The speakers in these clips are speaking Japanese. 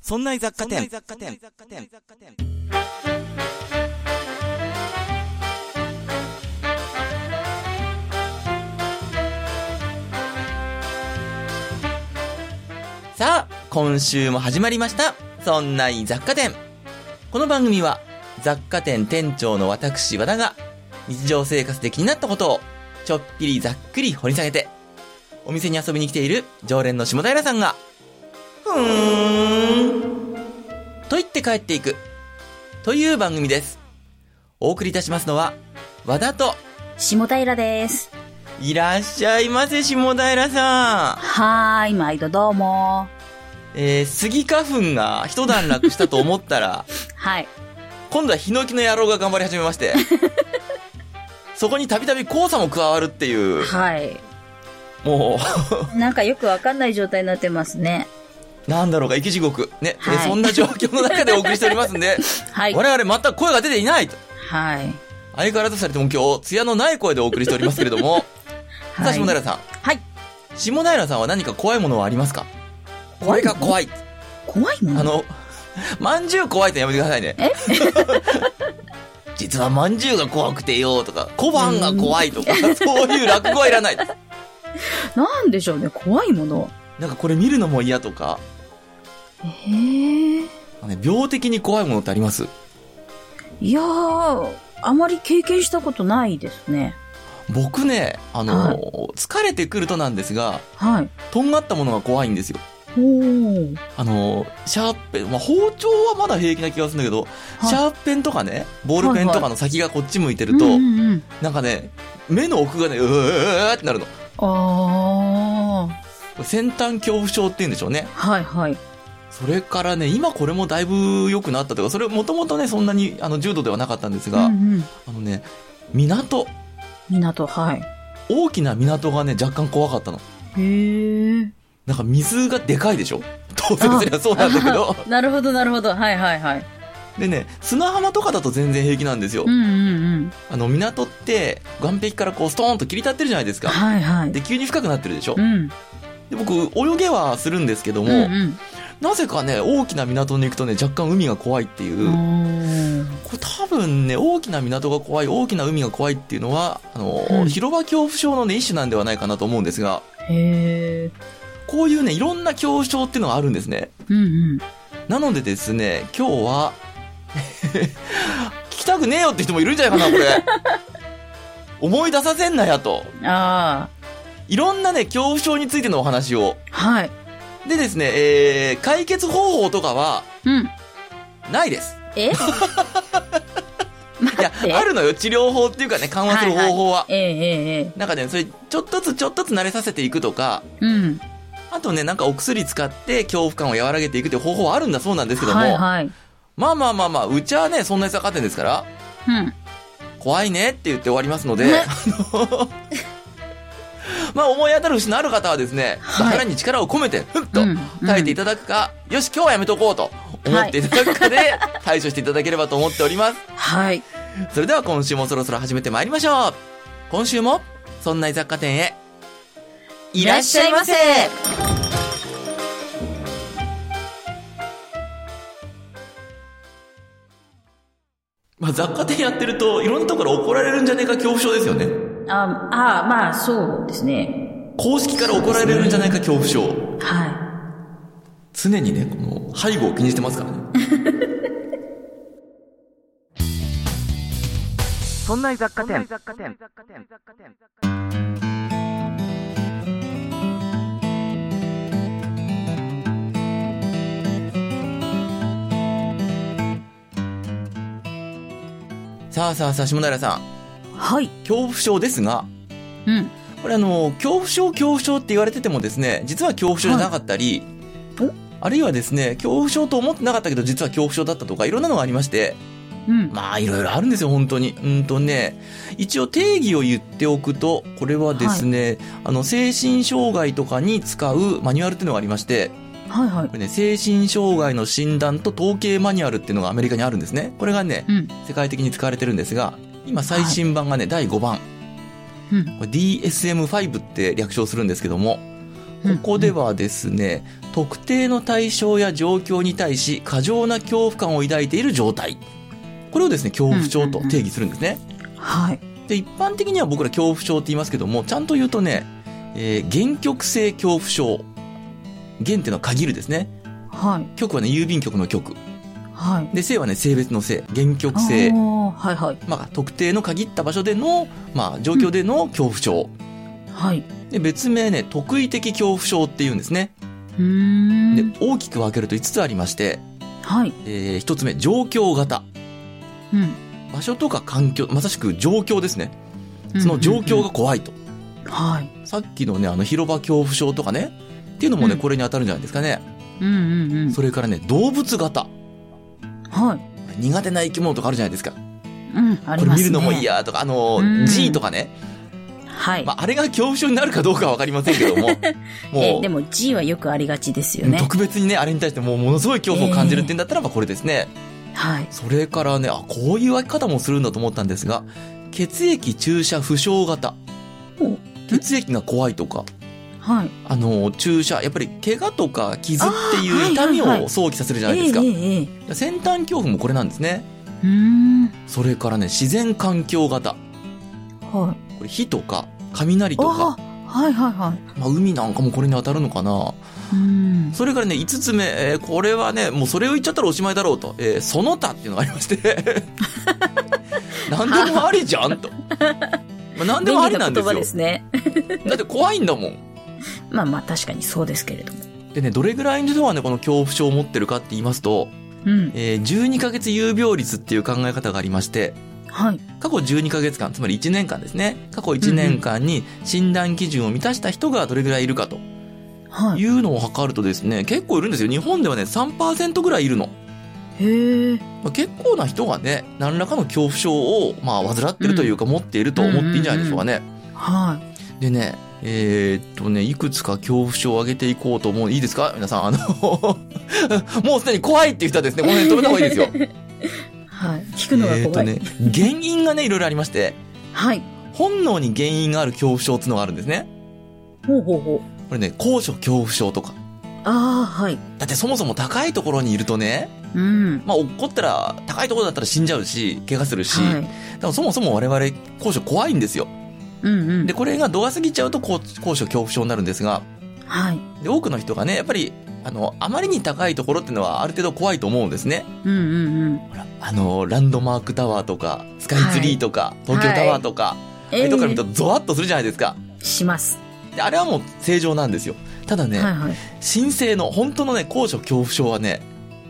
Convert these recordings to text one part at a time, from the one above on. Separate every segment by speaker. Speaker 1: そんな雑貨店さあ今週も始まりましたそんな雑貨店この番組は雑貨店店長の私和田が日常生活で気になったことをちょっぴりざっくり掘り下げてお店に遊びに来ている常連の下平さんがふーんと言って帰っていくという番組ですお送りいたしますのは和田と
Speaker 2: 下平です。
Speaker 1: いらっしゃいませ下平さん
Speaker 2: はーい、毎度どうも。
Speaker 1: えー、スギ花粉が一段落したと思った ら、
Speaker 2: はい。
Speaker 1: 今度はヒノキの野郎が頑張り始めまして、そこにたびたび黄砂も加わるっていう、
Speaker 2: はい。
Speaker 1: も
Speaker 2: なんかよくわかんない状態になってますね。
Speaker 1: う、なんだろうか、生き地獄。ね、えー
Speaker 2: はい
Speaker 1: そんな状況の中でお送りしておりますんで、
Speaker 2: はい。
Speaker 1: 我々全く声が出ていないと。
Speaker 2: はい。
Speaker 1: 相変わらずされても今日、艶のない声でお送りしておりますけれど も、さあ、
Speaker 2: はい
Speaker 1: 下平さん。
Speaker 2: はい。
Speaker 1: 下平さんは何か怖いものはありますかこれが怖い。
Speaker 2: 怖いもの
Speaker 1: あの、まんじゅう怖いってやめてくださいね。
Speaker 2: え
Speaker 1: 実はまんじゅうが怖くてよとか、小判が怖いとか、そういう落語はい らない。
Speaker 2: なんでしょうね、怖いもの。
Speaker 1: なんかこれ見るのも嫌とか、
Speaker 2: へえ。
Speaker 1: ね病的に怖いものってあります
Speaker 2: いやー、あまり経験したことないですね。
Speaker 1: 僕ね、あの、
Speaker 2: はい
Speaker 1: 疲れてくるとなんですが、
Speaker 2: はい。
Speaker 1: とんがったものが怖いんですよ。
Speaker 2: おー。
Speaker 1: あの、シャーペン、まあ、包丁はまだ平気な気がするんだけど、
Speaker 2: はい
Speaker 1: シャーペンとかね、ボールペンとかの先がこっち向いてると、
Speaker 2: うんうんうん、
Speaker 1: なんかね、目の奥がね、うーってなるの。
Speaker 2: あ
Speaker 1: 先端恐怖症って言うんでしょうね
Speaker 2: ー。。はいはい。
Speaker 1: それからね、今これもだいぶ良くなったというか、それもともとね、そんなにあの重度ではなかったんですが、
Speaker 2: うんうん、
Speaker 1: あのね、港、
Speaker 2: 港、はい。
Speaker 1: 大きな港がね、若干怖かったの。
Speaker 2: へえ。
Speaker 1: なんか水がでかいでしょ当然それはそうなんだけど。
Speaker 2: なるほどなるほど。はいはいはい。
Speaker 1: でね、砂浜とかだと全然平気なんですよ
Speaker 2: う。んうんうん。
Speaker 1: あの、港って、岸壁からこう、ストーンと切り立ってるじゃないですか。
Speaker 2: はいはい。
Speaker 1: で、急に深くなってるでしょ
Speaker 2: うん。
Speaker 1: で、僕、泳げはするんですけども、
Speaker 2: うん
Speaker 1: なぜかね、大きな港に行くとね、若干海が怖いっていうう。
Speaker 2: ん。
Speaker 1: これ多分ね、大きな港が怖い、大きな海が怖いっていうのは、あの、
Speaker 2: うん
Speaker 1: 広場恐怖症のね、一種なんではないかなと思うんですが、
Speaker 2: へえ。
Speaker 1: こういうね、いろんな恐怖症っていうのがあるんですね。
Speaker 2: うん
Speaker 1: なのでですね、今日は、 聞きたくねえよって人もいるんじゃないかな、これ。 思い出させんなやと。
Speaker 2: うん。あ
Speaker 1: いろんなね、恐怖症についてのお話を。
Speaker 2: あ。はい。
Speaker 1: でですね、えー、解決方法とかは、
Speaker 2: うん。
Speaker 1: ないです。い
Speaker 2: え待
Speaker 1: や
Speaker 2: って。、
Speaker 1: あるのよ。治療法っていうかね、緩和する方法は。
Speaker 2: ええええ
Speaker 1: なんかね、それ、ちょっとずつちょっとずつ慣れさせていくとか、
Speaker 2: ええ。うん。
Speaker 1: あとね、なんかお薬使って恐怖感を和らげていくっていう方法はあるんだそうなんですけども、
Speaker 2: はいはい。
Speaker 1: まあまあまあまあ、うちはね、そんなに坂店ですから、
Speaker 2: うん。
Speaker 1: 怖いねって言って終わりますので、
Speaker 2: ね
Speaker 1: あの、まあ思い当たる節のある方はですね、
Speaker 2: はい
Speaker 1: 力に力を込めて、ふっと
Speaker 2: うん
Speaker 1: 耐えていただくか、よし、今日はやめとこうと思っていただく かで、対処していただければと思っております。
Speaker 2: はい。
Speaker 1: それでは今週もそろそろ始めてまいりましょう。今週も、そんな雑貨店へ、いらっしゃいませまあ、雑貨店やってると、いろんなところ怒られるんじゃねえか恐怖症ですよね。
Speaker 2: あ、ああ、まあ、そうですね。
Speaker 1: 公式から怒られるんじゃないか恐怖症。
Speaker 2: は
Speaker 1: 常にね、この背後を気にしてますからね。そんな雑貨店。さあさあさあ、下平さん。
Speaker 2: い。はい。
Speaker 1: 恐怖症ですが、
Speaker 2: うん。
Speaker 1: これあの、恐怖症、恐怖症って言われててもですね、実は恐怖症じゃなかったり、
Speaker 2: はいお
Speaker 1: あるいはですね、恐怖症と思ってなかったけど、実は恐怖症だったとか、いろんなのがありまして、
Speaker 2: うん。
Speaker 1: まあ、いろいろあるんですよ、本当に。うんとね、一応定義を言っておくと、これはですね、あの、精神障害とかに使うマニュアルっていうのがありまして、
Speaker 2: はいは
Speaker 1: これね、精神障害の診断と統計マニュアルっていうのがアメリカにあるんですね。これがね、
Speaker 2: い。うん。
Speaker 1: 世界的に使われてるんですが、今最新版がね、第5番。
Speaker 2: うん。
Speaker 1: これ DSM-5 って略称するんですけども、ここではですね、特定の対象や状況に対し過剰な恐怖感を抱いている状態。これをですね、恐怖症と定義するんですね。
Speaker 2: はい。
Speaker 1: で、一般的には僕ら恐怖症って言いますけども、ちゃんと言うとね、えー、限局性恐怖症。限っていうのは限るですね。
Speaker 2: はい。
Speaker 1: 局はね、郵便局の局。
Speaker 2: はい。
Speaker 1: で、性はね、性別の性。限局性
Speaker 2: あ。ーはいはい。
Speaker 1: まあ、特定の限った場所での、まあ、状況での恐怖症。
Speaker 2: はい。
Speaker 1: で、別名ね、特異的恐怖症って言うんですね。
Speaker 2: うーん。
Speaker 1: で、大きく分けると5つありまして、
Speaker 2: はい。
Speaker 1: えー、1つ目、状況型。
Speaker 2: うん。
Speaker 1: 場所とか環境、まさしく状況ですね。その状況が怖いと。
Speaker 2: うんうんうん。はい。
Speaker 1: さっきのね、あの、広場恐怖症とかね、っていうのもね、
Speaker 2: うん
Speaker 1: これに当たるんじゃないですかね。
Speaker 2: うんうんうん。
Speaker 1: それからね、動物型。
Speaker 2: はい。
Speaker 1: 苦手な生き物とかあるじゃないですか。
Speaker 2: うん。あ
Speaker 1: こ
Speaker 2: り
Speaker 1: れ
Speaker 2: ますね。
Speaker 1: 見るのも。嫌とか、あの
Speaker 2: う、ん
Speaker 1: G とかね。
Speaker 2: はい。
Speaker 1: まあ、あれが恐怖症になるかどうかはわかりませんけ ども。
Speaker 2: え
Speaker 1: も
Speaker 2: ーでも G はよくありがちですよね。
Speaker 1: 特別にね、あれに対してもうものすごい恐怖を感じるってんだったら、まあこれですね。
Speaker 2: はい。
Speaker 1: それからね、あ、こういう分け方もするんだと思ったんですが、血液注射不詳型
Speaker 2: お。
Speaker 1: 血液が怖いとか、
Speaker 2: はい。
Speaker 1: あの、注射、やっぱり怪我とか傷って
Speaker 2: あー
Speaker 1: いう
Speaker 2: はい
Speaker 1: 痛み
Speaker 2: はいは
Speaker 1: を
Speaker 2: い
Speaker 1: 想起させるじゃ
Speaker 2: え
Speaker 1: ないですか
Speaker 2: え。ええええ
Speaker 1: 先端恐怖もこれなんですね。
Speaker 2: うーん。
Speaker 1: それからね、自然環境型。
Speaker 2: はい。
Speaker 1: これ火とか、雷と
Speaker 2: あ
Speaker 1: か、
Speaker 2: あ、はいはいはい。
Speaker 1: まあ海なんかもこれに当たるのかな。
Speaker 2: うん。
Speaker 1: それからね、5つ目、えーこれはね、もうそれを言っちゃったらおしまいだろうと、えーその他っていうのがありまして、 何でもありじゃんと。まあ、何でもありなんです
Speaker 2: 便利な言葉
Speaker 1: よ。
Speaker 2: ですね。
Speaker 1: だって怖いんだもん。
Speaker 2: まあまあ確かにそうですけれども。
Speaker 1: でね、どれぐらいの人がね、この恐怖症を持ってるかって言いますと、
Speaker 2: うん。
Speaker 1: えー12ヶ月有病率っていう考え方がありまして、
Speaker 2: はい。
Speaker 1: 過去12ヶ月間、つまり1年間ですね、過去1年間に診断基準を満たした人がどれぐらいいるかと
Speaker 2: はいい。
Speaker 1: うのを測るとですね、結構いるんですよ。日本ではね、3%ぐらいいるの。
Speaker 2: へえ。
Speaker 1: まあ、結構な人がね、何らかの恐怖症を、まあ、患ってるというか、持っていると思っていいんじゃないでしょうかね。
Speaker 2: はい。
Speaker 1: でね、えーっとね、いくつか恐怖症を挙げていこうと思う。いいですか皆さん、あの、 もうすでに怖いっていう人はですね、この辺止めた方がいいですよ。
Speaker 2: はい。聞くのが
Speaker 1: えーっ
Speaker 2: 怖
Speaker 1: と
Speaker 2: い。
Speaker 1: ね、原因がね、いろいろありまして、
Speaker 2: はい。
Speaker 1: 本能に原因がある恐怖症っていうのがあるんですね。
Speaker 2: ほうほうほ
Speaker 1: これね、高所恐怖症とか。
Speaker 2: う。ああ、はい。
Speaker 1: だってそもそも高いところにいるとね、
Speaker 2: うん。
Speaker 1: まあ、落っこったら、高いところだったら死んじゃうし、怪我するし、
Speaker 2: はい。
Speaker 1: でもそもそも我々、高所怖いんですよ。
Speaker 2: うんうん
Speaker 1: で、。これが度が過ぎちゃうと高高所恐怖症になるんですが、
Speaker 2: はい。
Speaker 1: で、多くの人がね、やっぱり、あの、あまりに高いところっていうのはある程度怖いと思うんですね。
Speaker 2: うんうんうん。
Speaker 1: ほら、あの、ランドマークタワーとか、スカイツリーとか、東京タワーとか、ああいうとこから見るとゾワッとするじゃないですか。
Speaker 2: します。
Speaker 1: で、あれはもう正常なんですよ。ただね、
Speaker 2: はいはい。
Speaker 1: 神聖の、本当のね、高所恐怖症はね、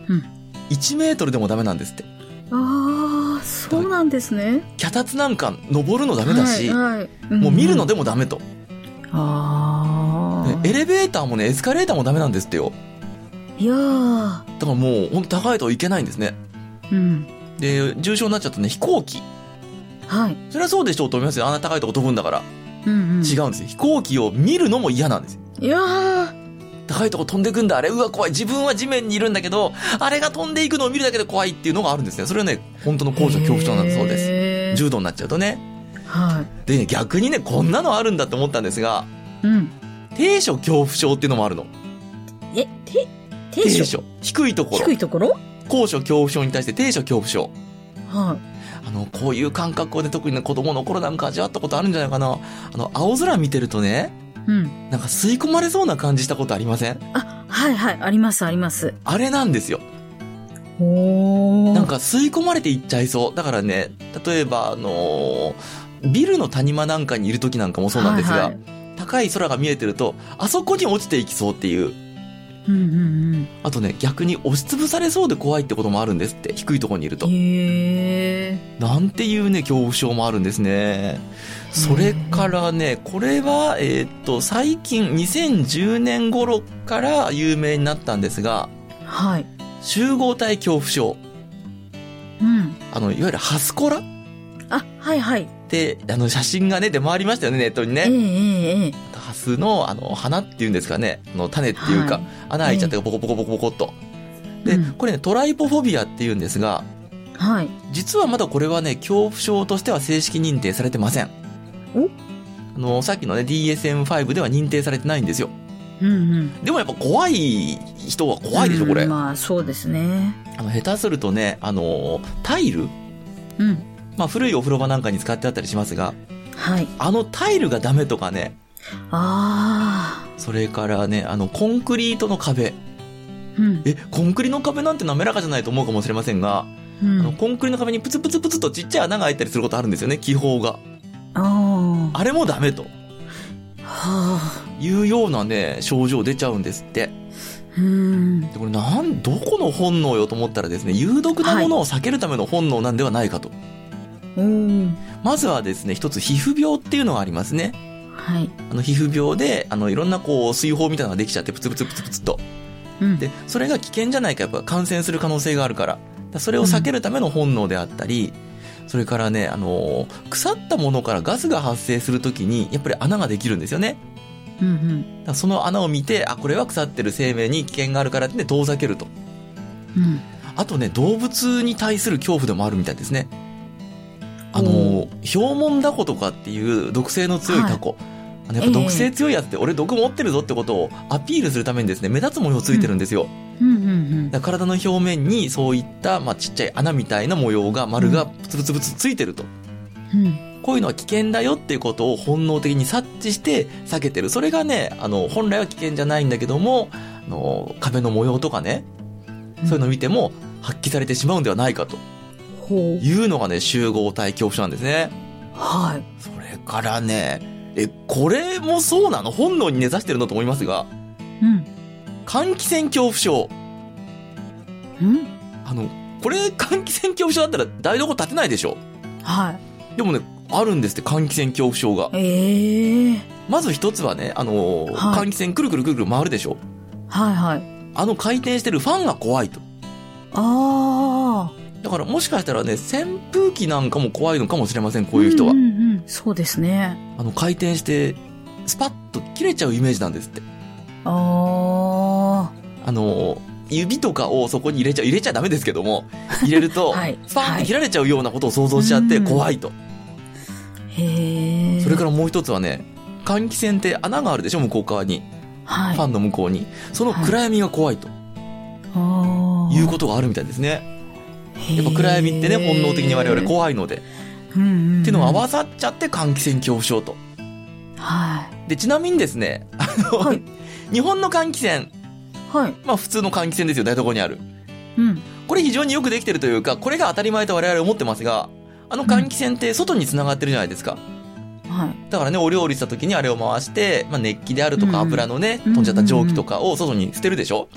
Speaker 2: うん
Speaker 1: 1メートルでもダメなんですって。
Speaker 2: ああ、そうなんですね。
Speaker 1: 脚立なんか登るのダメだし、
Speaker 2: はいはい
Speaker 1: もう見るの
Speaker 2: で。
Speaker 1: でもダメと。
Speaker 2: ああ。
Speaker 1: エレベーターもね、エスカレーターもダメなんですってよ。
Speaker 2: いやー。
Speaker 1: だからもう、ほんと高いといけないんですね。
Speaker 2: うん。
Speaker 1: で、重症になっちゃったね、飛行機。
Speaker 2: はい。
Speaker 1: それはそうでしょうと思いますよ。あんな高いとこ飛ぶんだから。
Speaker 2: うんう
Speaker 1: 違
Speaker 2: ん。
Speaker 1: うんですよ。飛行機を見るのも嫌なんですよ。
Speaker 2: いやー。
Speaker 1: 高いとこ飛んでくんだ、あれ、うわ、怖い。自分は地面にいるんだけど、あれが飛んでいくのを見るだけで怖いっていうのがあるんですね。それはね、本当の高所恐怖症なんだそうです。
Speaker 2: す。
Speaker 1: 重度になっちゃうとね。
Speaker 2: は
Speaker 1: でね、逆にね、こんなのあるんだって思ったんですが、
Speaker 2: い。うん。
Speaker 1: 低所恐怖症っていうのもあるの。
Speaker 2: え、て、低所
Speaker 1: 低いところ
Speaker 2: 低。いところ
Speaker 1: 高所恐怖症に対して低所恐怖症。
Speaker 2: は
Speaker 1: あの、こういう感覚をね、特にね、子供の頃なんか味わったことあるんじゃないかな。あの、青空見てるとね、
Speaker 2: い。うん。
Speaker 1: なんか吸い込まれそうな感じしたことありません
Speaker 2: あ、はいはい、ありますあります。
Speaker 1: あれなんですよ。
Speaker 2: お
Speaker 1: なん、か吸い込まれていっちゃいそう。だからね、例えば、あのービルの谷間なんかにいる時なんかもそうなんですが、
Speaker 2: はいはい
Speaker 1: 高い空が見えてると、あそこに落ちていきそうっていう。
Speaker 2: うんうん
Speaker 1: あとね、逆に押しつぶされそうで怖いってこともあるんですって、低いところにいる
Speaker 2: う
Speaker 1: と
Speaker 2: ん。。へえ。
Speaker 1: なんていうね、恐怖症もあるんですね。それからね、これは、えーっと、最近、2010年頃から有名になったんですが、
Speaker 2: はい。
Speaker 1: 集合体恐怖症。
Speaker 2: うん。
Speaker 1: あの、いわゆるハスコラっ
Speaker 2: あ、はいはい。
Speaker 1: て、あの、写真がね、出回りましたよね、ネットに
Speaker 2: ええ
Speaker 1: ね。
Speaker 2: えええ
Speaker 1: ハスの、あの、花っていうんですかね、あの、種っていうか、
Speaker 2: はい
Speaker 1: 穴開いちゃって、ボコボコボコボコっと。で、
Speaker 2: うん
Speaker 1: これね、トライポフォビアっていうんですが、
Speaker 2: えはい。
Speaker 1: 実はまだこれはね、恐怖症としては正式認定されてません。
Speaker 2: お
Speaker 1: あの、さっきのね、DSM-5 では認定されてないんですよ。
Speaker 2: うんうん。
Speaker 1: でもやっぱ怖い人は怖いでしょ、これ。
Speaker 2: うん
Speaker 1: あ
Speaker 2: まあ、そうですね。
Speaker 1: の、下手するとね、あの、タイル
Speaker 2: うん。
Speaker 1: まあ、古いお風呂場なんかに使ってあったりしますが、
Speaker 2: はい。
Speaker 1: あのタイルがダメとかね、
Speaker 2: あ
Speaker 1: それからね、あの、コンクリートの壁。
Speaker 2: あ。うん。
Speaker 1: え、コンクリの壁なんて滑らかじゃないと思うかもしれませんが、あ
Speaker 2: う
Speaker 1: の、
Speaker 2: ん。
Speaker 1: コンクリの壁にプツプツプツとちっちゃい穴が開いたりすることあるんですよね、気泡が。
Speaker 2: あ
Speaker 1: あれもダメと
Speaker 2: あ。はあ。
Speaker 1: いうようなね、症状出ちゃうんですって。
Speaker 2: うん。
Speaker 1: で、これなん、どこの本能よと思ったらですね、有毒なものを避けるための本能なんではないかと。
Speaker 2: おー
Speaker 1: まずはですね、一つ皮膚病っていうのがありますね。
Speaker 2: はい。
Speaker 1: あの皮膚病で、あのいろんなこう水泡みたいなのができちゃってプツプツプツプツと。
Speaker 2: うん。
Speaker 1: で、それが危険じゃないか、やっぱ感染する可能性があるから。だからそれを避けるための本能であったり、それからね、あのー腐ったものからガスが発生するときに、やっぱり穴ができるんですよね。
Speaker 2: うん
Speaker 1: だからその穴を見て、あ、これは腐ってる生命に危険があるからってね遠ざけると。
Speaker 2: うん。うん。
Speaker 1: あとね、動物に対する恐怖でもあるみたいですね。あの、ヒョウモンダコとかっていう毒性の強いタコ。あのやっぱ毒性強いやつって、俺毒持ってるぞってことをアピールするためにですね、目立つ模様ついてるんですよ。
Speaker 2: うんうん
Speaker 1: だから体の表面にそういった、まあ、ちっちゃい穴みたいな模様が、丸がつぶつぶつついてると。
Speaker 2: うん。うん。
Speaker 1: こういうのは危険だよっていうことを本能的に察知して避けてる。それがね、あの、本来は危険じゃないんだけども、あの、壁の模様とかね、そういうのを見ても発揮されてしまうんではないかと。
Speaker 2: ほう。
Speaker 1: いうのがね、集合体恐怖症なんですね。
Speaker 2: はい。
Speaker 1: それからね、え、これもそうなの本能に根ざしてるのと思いますが、
Speaker 2: うん。
Speaker 1: 換気扇恐怖症。
Speaker 2: うん
Speaker 1: あの、これ換気扇恐怖症だったら台所立てないでしょ
Speaker 2: はい。
Speaker 1: でもね、あるんですって、換気扇恐怖症が。
Speaker 2: ええ
Speaker 1: まず一つはね、あのー
Speaker 2: はい
Speaker 1: 換気扇くるくるくるくる回るでしょ
Speaker 2: はいはい。
Speaker 1: あの回転してるファンが怖いと。
Speaker 2: ああ。
Speaker 1: だからもしかしたらね、扇風機なんかも怖いのかもしれません、こういう人は
Speaker 2: ん。んうんそうですね。
Speaker 1: あの回転して、スパッと切れちゃうイメージなんですって。
Speaker 2: あ
Speaker 1: あの、指とかをそこに入れちゃう、入れちゃダメですけど も、入れると、
Speaker 2: はい
Speaker 1: スパーン
Speaker 2: は
Speaker 1: と
Speaker 2: い
Speaker 1: 切られちゃうようなことを想像しちゃって
Speaker 2: うん
Speaker 1: 怖いと。
Speaker 2: あ。へえ。、
Speaker 1: それかららもう一つはね、換気扇って穴があるでしょ、向こう側に。
Speaker 2: はい。
Speaker 1: ファ
Speaker 2: あ
Speaker 1: ンの向こうに。その暗闇が怖いと
Speaker 2: あ。
Speaker 1: いうことがあるみたいですね。やっぱ暗闇ってね、本能的に我々
Speaker 2: う。
Speaker 1: 怖いので。っ
Speaker 2: うんうんうん。
Speaker 1: ていうのが合わさっちゃって換気扇恐怖症と。
Speaker 2: は
Speaker 1: で、ちなみにですね、あの、
Speaker 2: はい
Speaker 1: 日本の換気扇、
Speaker 2: い。はい。
Speaker 1: まあ普通の換気扇ですよ、台所にある。
Speaker 2: うん。
Speaker 1: これ非常によくできてるというか、これが当たり前と我々思ってますが、あの換気扇って外に繋がってるじゃないですか。
Speaker 2: はい。
Speaker 1: だからね、お料理した時にあれを回して、まあ、熱気であるとか
Speaker 2: うん
Speaker 1: 油のね、
Speaker 2: うん
Speaker 1: 飛んじゃった蒸気とかを外に捨てるでしょ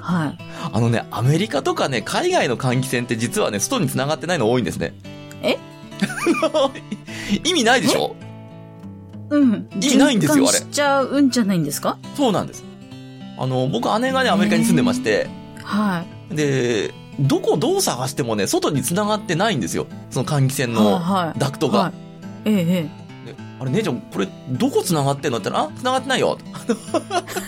Speaker 2: はい。
Speaker 1: あのね、アメリカとかね、海外の換気扇って実はね、外に繋がってないの多いんですね。
Speaker 2: え
Speaker 1: 意味ないでしょ
Speaker 2: うん。
Speaker 1: 意味ないんですよあれ
Speaker 2: 循環しちゃうんじゃないんですか
Speaker 1: そうなんです。あの、僕姉がね、アメリカに住んでまして、
Speaker 2: はい。
Speaker 1: で、どこどう探してもね、外に繋がってないんですよ。その換気扇
Speaker 2: はい
Speaker 1: の
Speaker 2: はい。
Speaker 1: ダクトが。
Speaker 2: はい。えええ
Speaker 1: であれ、姉ちゃん、これ、どこ繋がってんのって言ったら、あ、繋がってないよ。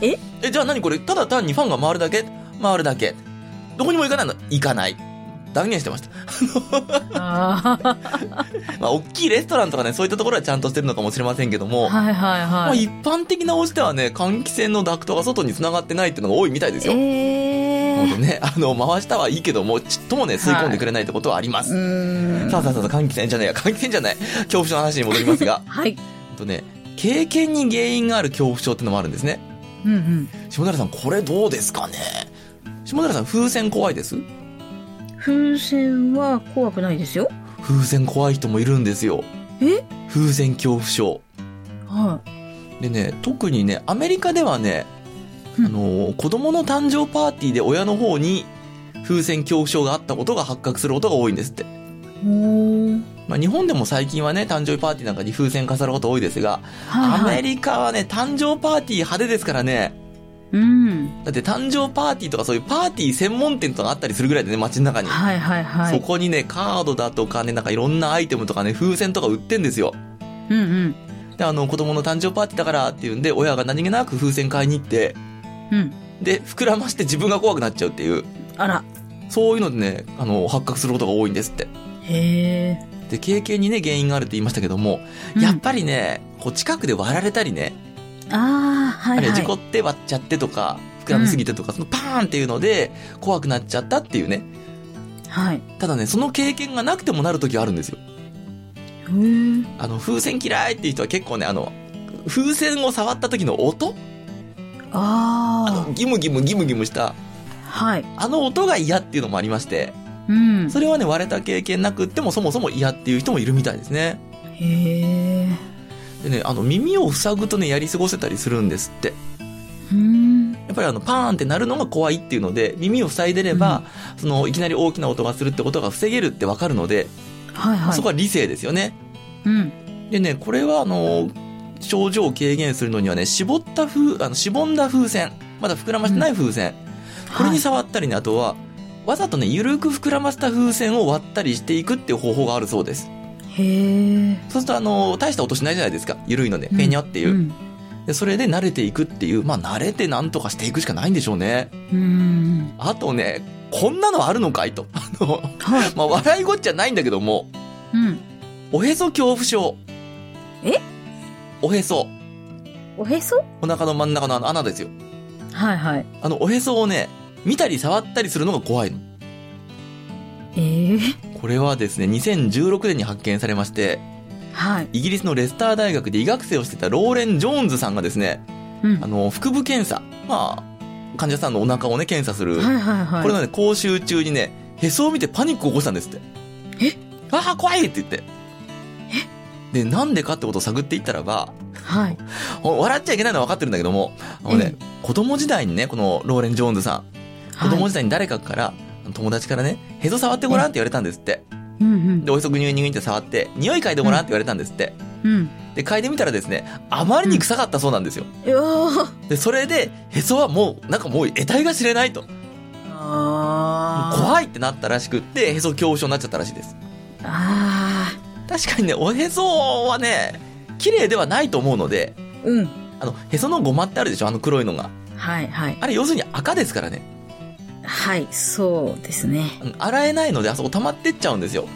Speaker 2: え
Speaker 1: え、じゃあ何これ、ただ単にファンが回るだけ回るだけ。どこにも行かないの行かない。断言してました。
Speaker 2: え。ああ。
Speaker 1: まあ、大きいレストランとかね、そういったところはちゃんとしてるのかもしれませんけども、
Speaker 2: はいはい
Speaker 1: まあ、
Speaker 2: はい。
Speaker 1: 一般的なお家ではね、換気扇のダクトが外に繋がってないっていうのが多いみたいですよ。
Speaker 2: え
Speaker 1: なので
Speaker 2: え。
Speaker 1: ね、あの、回したはいいけども、ちっともね、吸い込んでくれないってことはあります。
Speaker 2: うーん。
Speaker 1: さあさあさあ、換気扇じゃないや、換気扇じゃない。恐怖症の話に戻ります が。
Speaker 2: はい。
Speaker 1: えっとね、経験に原因がある恐怖症ってのもあるんですね。
Speaker 2: うんうん。
Speaker 1: 下平さん、これどうですかね下平さん、風船怖いです
Speaker 2: 風船は怖くないですよ。
Speaker 1: 風船怖い人もいるんですよ。
Speaker 2: え
Speaker 1: 風船恐怖症。
Speaker 2: はい。
Speaker 1: でね、特にね、アメリカではね、あ
Speaker 2: うん
Speaker 1: のー子供の誕生パーティーで親の方に風船恐怖症があったことが発覚することが多いんですって。
Speaker 2: おー。
Speaker 1: まあ、日本でも最近はね、誕生日パーティーなんかに風船飾ること多いですが、
Speaker 2: はいは
Speaker 1: アメ
Speaker 2: い。
Speaker 1: リカはね、誕生パーティー派手ですからね、
Speaker 2: うん。
Speaker 1: だって誕生パーティーとかそういうパーティー専門店とかあったりするぐらいでね、街の中に。
Speaker 2: はいはいは
Speaker 1: そ
Speaker 2: い。
Speaker 1: こにね、カードだとかね、なんかいろんなアイテムとかね、風船とか売ってんですよ。
Speaker 2: うんうん。
Speaker 1: で、あの、子供の誕生パーティーだからっていうんで、親が何気なく風船買いに行って、
Speaker 2: うん。
Speaker 1: で、膨らまして自分が怖くなっちゃうっていう、
Speaker 2: あら。
Speaker 1: そういうのでね、あの、発覚することが多いんですって。
Speaker 2: へえ。
Speaker 1: で、経験にね、原因があるって言いましたけども、
Speaker 2: うん
Speaker 1: やっぱりね、こう近くで割られたりね、
Speaker 2: ああ、はい、はい。
Speaker 1: あるいは事故って割っちゃってとか、膨らみすぎてとか、そのパーンっていうので、怖くなっちゃったっていうね。
Speaker 2: はい。
Speaker 1: ただね、その経験がなくてもなる時はあるんですよ。
Speaker 2: へー
Speaker 1: あの、風船嫌いっていう人は結構ね、あの、風船を触った時の音あ
Speaker 2: あ
Speaker 1: の、ギムギムギムギムした、
Speaker 2: あ、はい。
Speaker 1: あの音が嫌っていうのもありまして、
Speaker 2: うん。
Speaker 1: それはね、割れた経験なくってもそもそも嫌っていう人もいるみたいですね。
Speaker 2: へえ。
Speaker 1: でね、あの、耳を塞ぐとね、やり過ごせたりするんですって。
Speaker 2: うん。
Speaker 1: やっぱりあの、パーンって鳴るのが怖いっていうので、耳を塞いでれば、その、いきなり大きな音がするってことが防げるってわかるので、
Speaker 2: はいはい。
Speaker 1: そこは理性ですよね。
Speaker 2: うん。
Speaker 1: でね、これはあの、症状を軽減するのにはね、絞った風、あの、しぼんだ風船、まだ膨らましてない風船、これに触ったりね、あとは、わざとね、ゆるく膨らませた風船を割ったりしていくっていう方法があるそうです。
Speaker 2: はい、へえ。
Speaker 1: そうするとあの、大した音しないじゃないですか。ゆるいので、
Speaker 2: うん
Speaker 1: ペニャっていう。
Speaker 2: うん。
Speaker 1: でそれで慣れていくっていう、まあ慣れてなんとかしていくしかないんでしょうね。
Speaker 2: うん。
Speaker 1: あとね、こんなのあるのかいと。 あの、
Speaker 2: はい。
Speaker 1: まあ笑いごっちゃないんだけども、
Speaker 2: うん。
Speaker 1: おへそ恐怖症。
Speaker 2: え
Speaker 1: おへそ。
Speaker 2: おへそ
Speaker 1: お腹の真ん中のあの穴ですよ。
Speaker 2: はいはい。
Speaker 1: あの、おへそをね、見たり触ったりするのが怖いの。
Speaker 2: ええ
Speaker 1: これはですね、2016年に発見されまして、
Speaker 2: はい。
Speaker 1: イギリスのレスター大学で医学生をしてたローレン・ジョーンズさんがですね、
Speaker 2: うん。
Speaker 1: あ
Speaker 2: は
Speaker 1: の、腹部検査。まあ、患者さんのお腹をね、検査する。
Speaker 2: いはいはい。
Speaker 1: これのね、講習中にね、へそを見てパニックを起こしたんですって。
Speaker 2: え
Speaker 1: ああ、怖いって言って。で、なんでかってことを探っていったらば、
Speaker 2: はい。
Speaker 1: 笑っちゃいけないのは分かってるんだけども、あのね、子供時代にね、このローレン・ジョーンズさん、子供
Speaker 2: はい
Speaker 1: 時代に誰かから、友達からね、へそ触ってごらんって言われたんですって。
Speaker 2: うんうん
Speaker 1: で、。おへそぐにゅぐにゅぐにゅって触って、匂い嗅いでごらんって言われたんですって。
Speaker 2: うん。
Speaker 1: で、嗅いでみたらですね、あまりに臭かったそうなんですよ。
Speaker 2: いやー
Speaker 1: で、それで、へそはもう、なんかもう得体が知れないと。
Speaker 2: あー。
Speaker 1: 怖いってなったらしくって、へそ恐怖症になっちゃったらしいです。
Speaker 2: あ
Speaker 1: 確かにね、おへそはね、綺麗ではないと思うので、
Speaker 2: ー。うん。
Speaker 1: あの、へそのゴマってあるでしょあの黒いのが。
Speaker 2: はいはい。
Speaker 1: あれ、要するに赤ですからね。
Speaker 2: はい、そうですね。
Speaker 1: うん洗えないので、あそこ溜まってっちゃうんですよ。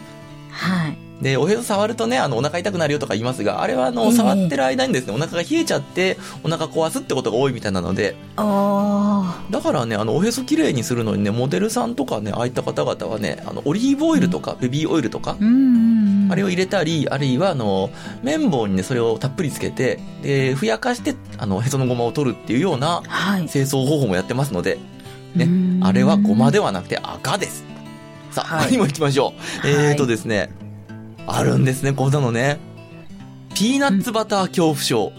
Speaker 2: はい。
Speaker 1: で、おへそ触るとね、あの、お腹痛くなるよとか言いますが、あれはあの、
Speaker 2: ええ
Speaker 1: 触ってる間にですね、お腹が冷えちゃって、お腹壊すってことが多いみたいなので、
Speaker 2: あ
Speaker 1: だからね、あの、おへそ綺麗にするのにね、モデルさんとかね、ああいった方々はね、あの、オリーブオイルとか、ベビーオイルとか
Speaker 2: ー。、うんうん。
Speaker 1: あれ
Speaker 2: を。
Speaker 1: を入れたり、あるいは、あの、綿棒にね、それをたっぷりつけて、で、ふやかして、あの、へそのごまを取るっていうような
Speaker 2: はい。
Speaker 1: 清掃方法もやってますので、ね
Speaker 2: うー、ん
Speaker 1: あれはごまではなくて赤です。さあ、
Speaker 2: はい
Speaker 1: 何も行きましょう。
Speaker 2: はい
Speaker 1: えーとですね、あるんですね、こんなのね。ピーナッツバター恐怖症。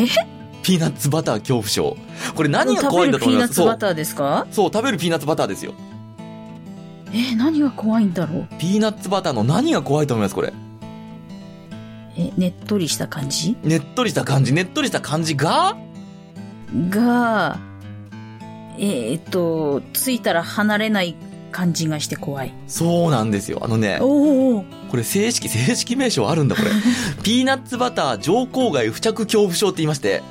Speaker 2: え
Speaker 1: ピーナッツバター恐怖症。これ何が怖いんだと思います
Speaker 2: 食べるピーナッツ
Speaker 1: そう
Speaker 2: バ、ターですか
Speaker 1: そう、食べるピーナッツバターですよ。
Speaker 2: えー、何が怖いんだろう
Speaker 1: ピーナッツバターの何が怖いと思います、これ。
Speaker 2: え、ねっとりした感じ
Speaker 1: ねっとりした感じ、ねっとりした感じが、
Speaker 2: が、えーっと、ついたら離れない感じがして怖い。
Speaker 1: そうなんですよ。あのね、
Speaker 2: おお
Speaker 1: これ正式、正式名称あるんだ、 これ。ピーナッツバター上口外付着恐怖症って言いまして、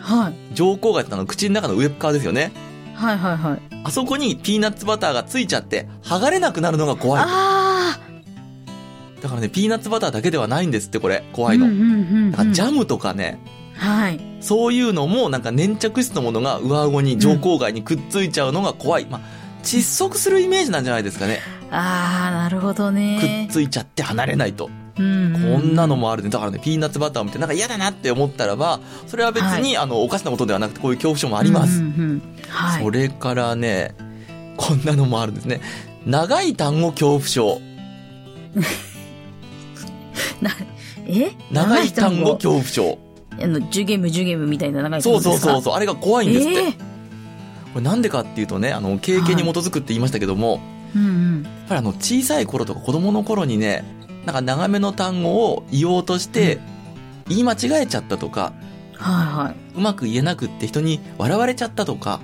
Speaker 2: はい。
Speaker 1: 上口外ってあの口の中の上っ側ですよね。
Speaker 2: はいはいはい。
Speaker 1: あそこにピーナッツバターがついちゃって、剥がれなくなるのが怖い。
Speaker 2: あ
Speaker 1: だからね、ピーナッツバターだけではないんですって、これ。
Speaker 2: あ
Speaker 1: 怖いの。
Speaker 2: うんうんうんうん
Speaker 1: だからジャムとかね、
Speaker 2: はい。
Speaker 1: そういうのもなんか粘着質のものが上顎に上口外にくっついちゃうのが怖い。まあ、窒息するイメージなんじゃないですかね。
Speaker 2: ああ、なるほど
Speaker 1: くっ
Speaker 2: ね。
Speaker 1: ついちゃって離れないと。
Speaker 2: うん
Speaker 1: こ
Speaker 2: うん
Speaker 1: なのもあるね。だからね、ピーナッツバターを見てなんか嫌だなって思ったらば、それは別に、あの、おかしなことではなくて、こういう恐怖症もあります。
Speaker 2: うんうんうんはい。
Speaker 1: それからね、こんなのもあるんですね。長い単語恐怖症。
Speaker 2: なえ
Speaker 1: 長い単語恐怖症。
Speaker 2: あの、ジュゲムジュゲムみたいな長い単
Speaker 1: そ
Speaker 2: 語
Speaker 1: う
Speaker 2: です
Speaker 1: そ
Speaker 2: か
Speaker 1: うそうそう。あれが怖いんですって。
Speaker 2: ええ
Speaker 1: これなんでかっていうとね、あの、経験に基づくって言いましたけども、
Speaker 2: うんうん。
Speaker 1: やっぱりあの、小さい頃とか子供の頃にね、なんか長めの単語を言おうとして、言い間違えちゃったとか、
Speaker 2: はいはい。
Speaker 1: うまく言えなくって人に笑われちゃったとか、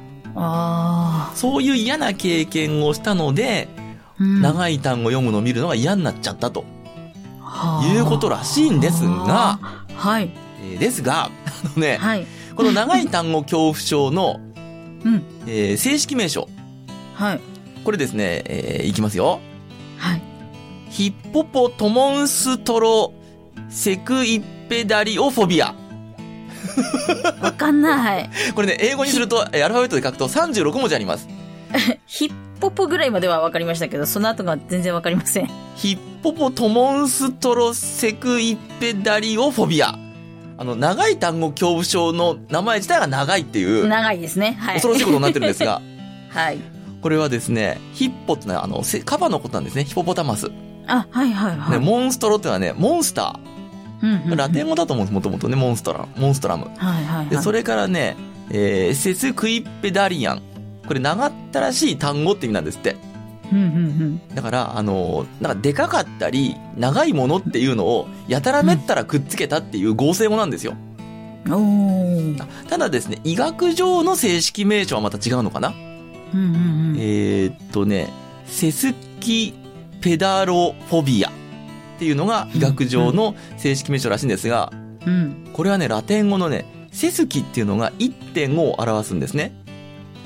Speaker 2: あ
Speaker 1: そういう嫌な経験をしたので、
Speaker 2: あ。うん
Speaker 1: 長い単語読むのを見るのが嫌になっちゃったと
Speaker 2: はあ
Speaker 1: いうことらしいんですが、
Speaker 2: はい。
Speaker 1: えーですが、あのね、
Speaker 2: はい。
Speaker 1: この長い単語恐怖症の、
Speaker 2: うん。
Speaker 1: えー正式名称。
Speaker 2: はい。
Speaker 1: これですね、えーいきますよ。
Speaker 2: はい。
Speaker 1: ヒッポポトモンストロセクイッペダリオフォビア。
Speaker 2: わか んない。
Speaker 1: これね、英語にすると、えーアルファベットで書くと36文字あります。
Speaker 2: ヒッポポぐらいまではわかりましたけど、その後が全然わかりません。
Speaker 1: ヒッポポトモンストロセクイペダリオフォビア。あの、長い単語恐怖症の名前自体が長いっていう、
Speaker 2: 長いですね。はい。
Speaker 1: 恐ろしいことになってるんですが、
Speaker 2: はい。
Speaker 1: これはですね、ヒッポってのは、あの、せカバのことなんですね。ヒポポタマス。ね、
Speaker 2: あ、はいはいはい。
Speaker 1: モンストロってのはね、モンスタ
Speaker 2: うんうんう
Speaker 1: ー。
Speaker 2: ん
Speaker 1: ラテン語だと思うんです、もともとね、モンストラ、モンストラム。
Speaker 2: はいはいはい。
Speaker 1: で、それからね、えー、セスクイペダリアン。これ長ったらしい単語って意味なんですって。
Speaker 2: うんうん
Speaker 1: だから、あのーなんかでかかったり、長いものっていうのを、やたらめったらくっつけたっていう合成語なんですよ。
Speaker 2: うん。おー。
Speaker 1: ただですね、医学上の正式名称はまた違うのかな、
Speaker 2: うんうんうん。
Speaker 1: えーっとね、セスキペダロフォビアっていうのが医学上の正式名称らしいんですが、
Speaker 2: うん。
Speaker 1: これはね、ラテン語のね、セスキっていうのが1.5を表すんですね。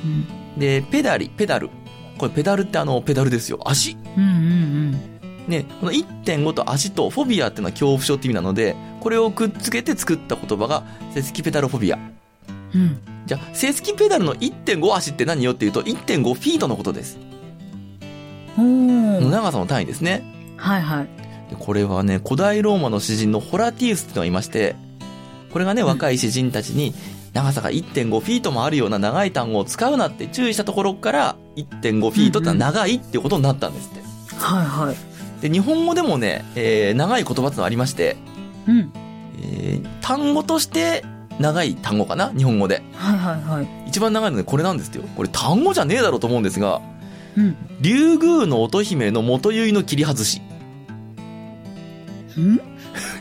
Speaker 2: うん
Speaker 1: で、ペダリ、ペダル。これペダルってあの、ペダルですよ。足。
Speaker 2: うんうん
Speaker 1: ね、この1.5と足とフォビアっていうのは恐怖症って意味なので、これをくっつけて作った言葉が、セスキペダルフォビア。
Speaker 2: うん。うん。
Speaker 1: じゃあ、セスキペダルの1.5足って何よっていうと、1.5フィートのことです。
Speaker 2: おー。
Speaker 1: 長さの単位ですね。
Speaker 2: はいはい。
Speaker 1: でこれはね、古代ローマの詩人のホラティウスっていうのがいまして、これがね、若い詩人たちに、長さが1.5フィートもあるような長い単語を使うなって注意したところから、1.5フィートってのは長いっていうことになったんですって。
Speaker 2: はいはい。
Speaker 1: で、日本語でもね、えー長い言葉ってのがありまして、
Speaker 2: うん。
Speaker 1: えー単語として長い単語かな日本語で。
Speaker 2: はいはいはい。
Speaker 1: 一番長いのでこれなんですよ。これ単語じゃねえだろうと思うんですが、
Speaker 2: うん。
Speaker 1: 竜宮の乙姫の元結の切り外し。
Speaker 2: うん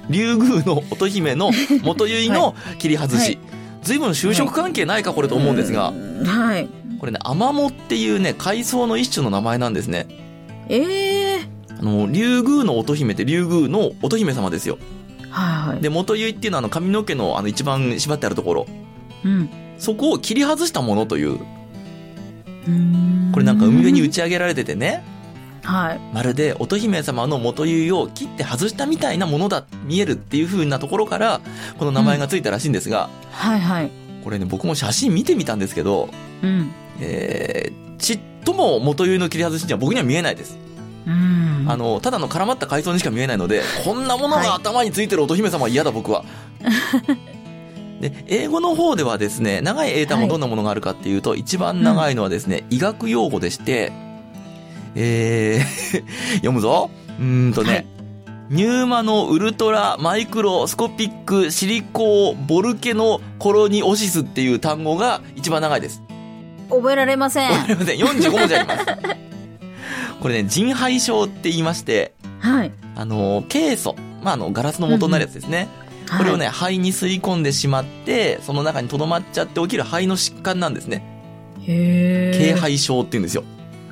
Speaker 1: 竜宮の乙姫 の元結の切り外
Speaker 2: は
Speaker 1: し
Speaker 2: い。
Speaker 1: 随分就職関係ないかこれと思うんですが、
Speaker 2: ーんはい。
Speaker 1: これね、アマモっていうね、海藻の一種の名前なんですね。
Speaker 2: ええ
Speaker 1: あの、竜宮の乙姫って竜宮の乙姫様ですよ。
Speaker 2: ー。はいはい。
Speaker 1: で、元結っていうのはあの髪の毛のあの一番縛ってあるところ。
Speaker 2: うん。
Speaker 1: そこを切り外したものという、
Speaker 2: うー
Speaker 1: これなんか海辺に打ち上げられててね、
Speaker 2: はい。
Speaker 1: まるで乙姫様の元結を切って外したみたいなものだ、見えるっていう風なところから、この名前がついたらしいんですが、
Speaker 2: はいはい。
Speaker 1: これね、僕も写真見てみたんですけど、
Speaker 2: うん。
Speaker 1: えー、ちっとも元結の切り外しには僕には見えないです。
Speaker 2: うん。
Speaker 1: あの、ただの絡まった海藻にしか見えない ので、こんなものが頭についてる乙姫様は嫌だ僕は。で、英語の方ではですね、長い英単語
Speaker 2: はい
Speaker 1: どんなものがあるかっていうと、一番長いのはですね、医学用語でして、えー、 読むぞ。うーんとね、
Speaker 2: はい
Speaker 1: ニューマのウルトラマイクロスコピックシリコーボルケノコロニオシスっていう単語が一番長いです。
Speaker 2: 覚えられません。
Speaker 1: わかりませ ん。45文字あります。これね、人肺症って言いまして、
Speaker 2: はい。
Speaker 1: あの、ケイ素。まあ、あの、ガラスの元になるやつですね。これをね、肺に吸い込んでしまって、その中に留まっちゃって起きる肺の疾患なんですね。
Speaker 2: はい。へえ。
Speaker 1: 軽。肺症って言うんですよ。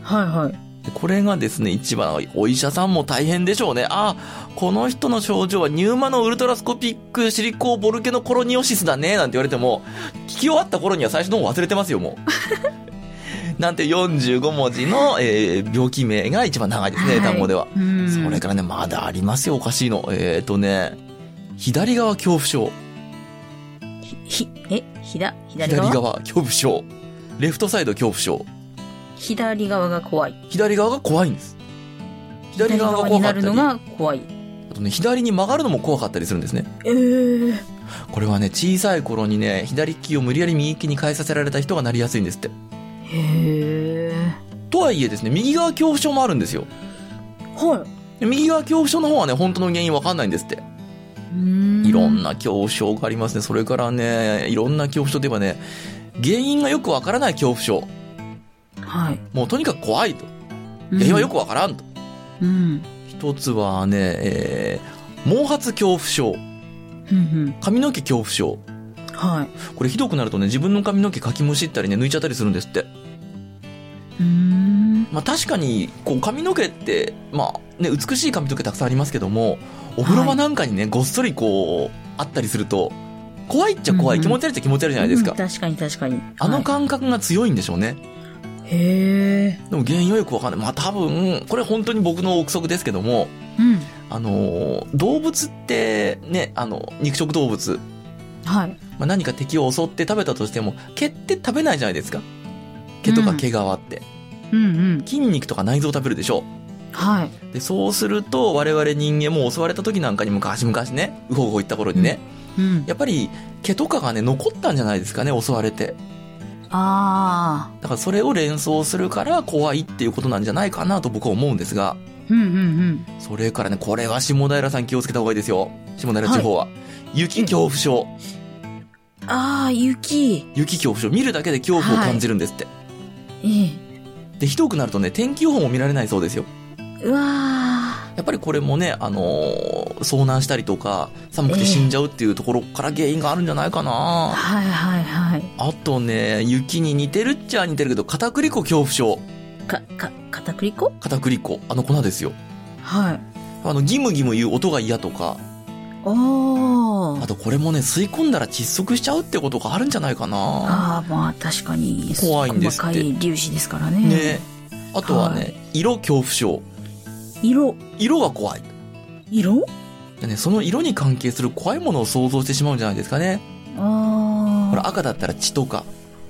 Speaker 2: はいはい。
Speaker 1: でこれがですね、一番、お医者さんも大変でしょうね。ああ、この人の症状はニューマのウルトラスコピックシリコーボルケのコロニオシスだね、なんて言われても、聞き終わった頃には最初の方忘れてますよ、も う。なんて45文字の、えー病気名が一番長いですね、
Speaker 2: はい
Speaker 1: 単語では。
Speaker 2: うん。
Speaker 1: それからね、まだありますよ、おかしいの。えっ、ー、とね、左側恐怖症。
Speaker 2: ひ、え、ひだ、左
Speaker 1: 左
Speaker 2: 側左側
Speaker 1: 側恐怖症。レフトサイド恐怖症。
Speaker 2: が怖い。
Speaker 1: 左側が怖いんです。左側が
Speaker 2: 左に
Speaker 1: 怖か
Speaker 2: な
Speaker 1: った
Speaker 2: る
Speaker 1: り、
Speaker 2: の
Speaker 1: あ
Speaker 2: が怖い。
Speaker 1: とね、左に曲がるのも怖かったりするんですね。
Speaker 2: ええー。
Speaker 1: これはね、小さい頃にね、左利きを無理やり右利きに変えさせられた人がなりやすいんですって。
Speaker 2: へえ。
Speaker 1: とはいえですね、右側恐怖症もあるんですよ。
Speaker 2: は
Speaker 1: 右側恐怖症の方はね、本当の原因わかんないんですって。
Speaker 2: い。うん。
Speaker 1: いろん。な恐怖症がありますね。それからね、いろんな恐怖症といえばね、原因がよくわからない恐怖症。
Speaker 2: はい。
Speaker 1: もうとにかく怖いと。原因はよ
Speaker 2: く。
Speaker 1: くわからんと。
Speaker 2: うん。
Speaker 1: 一つはね、えー、毛髪恐怖症。
Speaker 2: うん
Speaker 1: 髪の毛恐怖症。
Speaker 2: うん。はい。
Speaker 1: これひどくなるとね、自分の髪の毛かきむしったりね、抜いちゃったりするんですって。
Speaker 2: うーん。
Speaker 1: まあ確かに、こう髪の毛って、まあね、美しい髪の毛たくさんありますけども、お風呂場なんかにね、ごっそりこう、あったりすると、怖いっちゃ怖い、
Speaker 2: うんうん
Speaker 1: 気持ち悪いっちゃ気持ち悪いじゃないですか
Speaker 2: うん。確かに確かに。
Speaker 1: あの
Speaker 2: か。
Speaker 1: 感覚が強いんでしょうね。
Speaker 2: へえ。
Speaker 1: でも原因はよくわかんない。まあ多分、これ本当に僕の憶測ですけども、
Speaker 2: うん。
Speaker 1: あのー動物ってね、あの、肉食動物、
Speaker 2: はい。
Speaker 1: まあ、何か敵を襲って食べたとしても、毛って食べないじゃないですか。毛とか毛皮って。
Speaker 2: うんうん。
Speaker 1: 筋肉とか内臓を食べるでしょ
Speaker 2: はい。
Speaker 1: う。で、そうすると、我々人間も襲われた時なんかに昔々ね、うほうほう行った頃にね、
Speaker 2: うん。
Speaker 1: やっぱり毛とかがね、残ったんじゃないですかね、襲われて。
Speaker 2: あ
Speaker 1: だからそれを連想するから怖いっていうことなんじゃないかなと僕は思うんですが、
Speaker 2: あ。うんうん
Speaker 1: それからね、これは下平さん気をつけた方がいいですよ。下平地方は。雪恐怖症。
Speaker 2: うん。ああ、雪。
Speaker 1: 雪恐怖症。見るだけで恐怖を感じるんですって。
Speaker 2: ええ。
Speaker 1: で、ひどくなるとね、天気予報も見られないそうですよ。
Speaker 2: うわ
Speaker 1: やっぱりこれもね、あのー遭難したりとか、寒くて死んじゃうっていうところから原因があるんじゃないか
Speaker 2: あ。
Speaker 1: な、
Speaker 2: はいはいはい。
Speaker 1: あとね、雪に似てるっちゃ似てるけど、片栗粉恐怖症。
Speaker 2: か、か、片栗粉
Speaker 1: 片栗粉。あの粉ですよ。
Speaker 2: はい。
Speaker 1: あの、ギムギム言う音が嫌とか、
Speaker 2: お
Speaker 1: あ
Speaker 2: ー。
Speaker 1: とこれもね、吸い込んだら窒息しちゃうってことがあるんじゃないかな
Speaker 2: ああ、まあ確かに。
Speaker 1: 怖いんですって
Speaker 2: 細かい粒子ですからね。
Speaker 1: ねあとはね、
Speaker 2: は
Speaker 1: 色恐怖症。
Speaker 2: 色。
Speaker 1: 色が怖い。
Speaker 2: 色
Speaker 1: でね、その色に関係する怖いものを想像してしまうんじゃないですかね。
Speaker 2: あ
Speaker 1: ほ
Speaker 2: あ。
Speaker 1: ら、赤だったら血とか、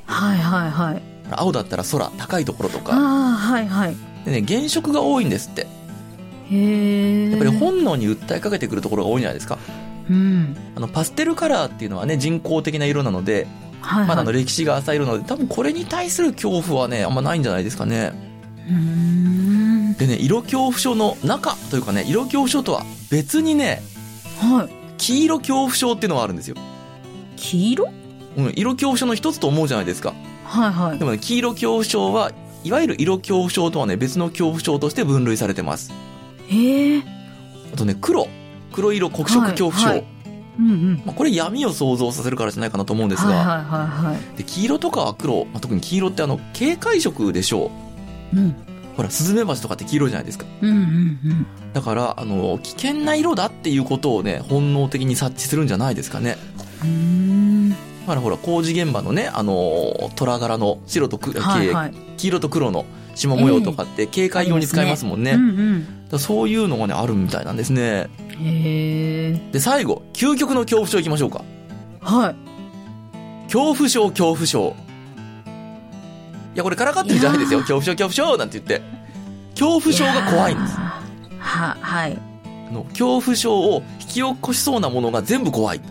Speaker 2: はいはいはい。
Speaker 1: ほら青だったら空、高いところと
Speaker 2: ああ
Speaker 1: か。、
Speaker 2: はいはい。
Speaker 1: でね、原色が多いんですって。
Speaker 2: へえ。
Speaker 1: やっぱり本能に訴えかけてくるところが多いんじゃないですか。
Speaker 2: うん。
Speaker 1: あの、パステルカラーっていうのはね、人工的な色なので、
Speaker 2: はい、はい。
Speaker 1: まだあの歴史が浅い色なので、多分これに対する恐怖はね、あんまないんじゃないですかね。
Speaker 2: うーん。
Speaker 1: でね、色恐怖症の中というかね、色恐怖症とは別にね、
Speaker 2: はい。
Speaker 1: 黄色恐怖症っていうのがあるんですよ。
Speaker 2: 黄色
Speaker 1: うん、色恐怖症の一つと思うじゃないですか。
Speaker 2: はいはい
Speaker 1: で。もね、黄色恐怖症は、いわゆる色恐怖症とはね、別の恐怖症として分類されてます。
Speaker 2: へえ。
Speaker 1: あとね、黒。黒色黒色恐怖症。
Speaker 2: はいはいうんうん。
Speaker 1: まあ、これ闇を想像させるからじゃないかなと思うんですが、
Speaker 2: はいはいはいは
Speaker 1: で黄色とか黒、まあ、特に黄色ってあの、警戒色でしょ
Speaker 2: い。うん。
Speaker 1: う。ほら、スズメバチとかって黄色じゃないですか。
Speaker 2: うんうんうん。
Speaker 1: だから、あの、危険な色だっていうことをね、本能的に察知するんじゃないですかね。
Speaker 2: うーん。
Speaker 1: だからほら、工事現場のね、あのー虎柄の白とく、
Speaker 2: はい
Speaker 1: け
Speaker 2: はい。
Speaker 1: 黄色と黒の縞模様とかって警戒用に使いますもんね。
Speaker 2: う
Speaker 1: だか
Speaker 2: ん
Speaker 1: らそういうのがね、あるみたいなんですね。
Speaker 2: うん。へえ。
Speaker 1: で、最後、究極の恐怖症いきましょうか。
Speaker 2: はい。
Speaker 1: 恐怖症、恐怖症。いや、これからかってるじゃないですよ。
Speaker 2: いや
Speaker 1: 恐怖症、恐怖症なんて言って。恐怖症が怖いんです。
Speaker 2: やーは、はい。
Speaker 1: あの恐怖症を引き起こしそうなものが全部怖い。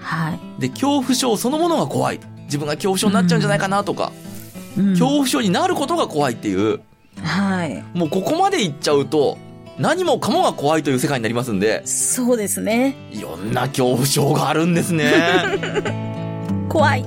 Speaker 2: はい。
Speaker 1: で、恐怖症そのものが怖い。自分が恐怖症になっちゃうんじゃないかなとか、
Speaker 2: うん
Speaker 1: 恐怖症になることが怖いっていう、
Speaker 2: はい。
Speaker 1: もうここまでいっちゃうと、何もかもが怖いという世界になりますんで、
Speaker 2: そうですね。
Speaker 1: いろんな恐怖症があるんですね。
Speaker 2: 怖い。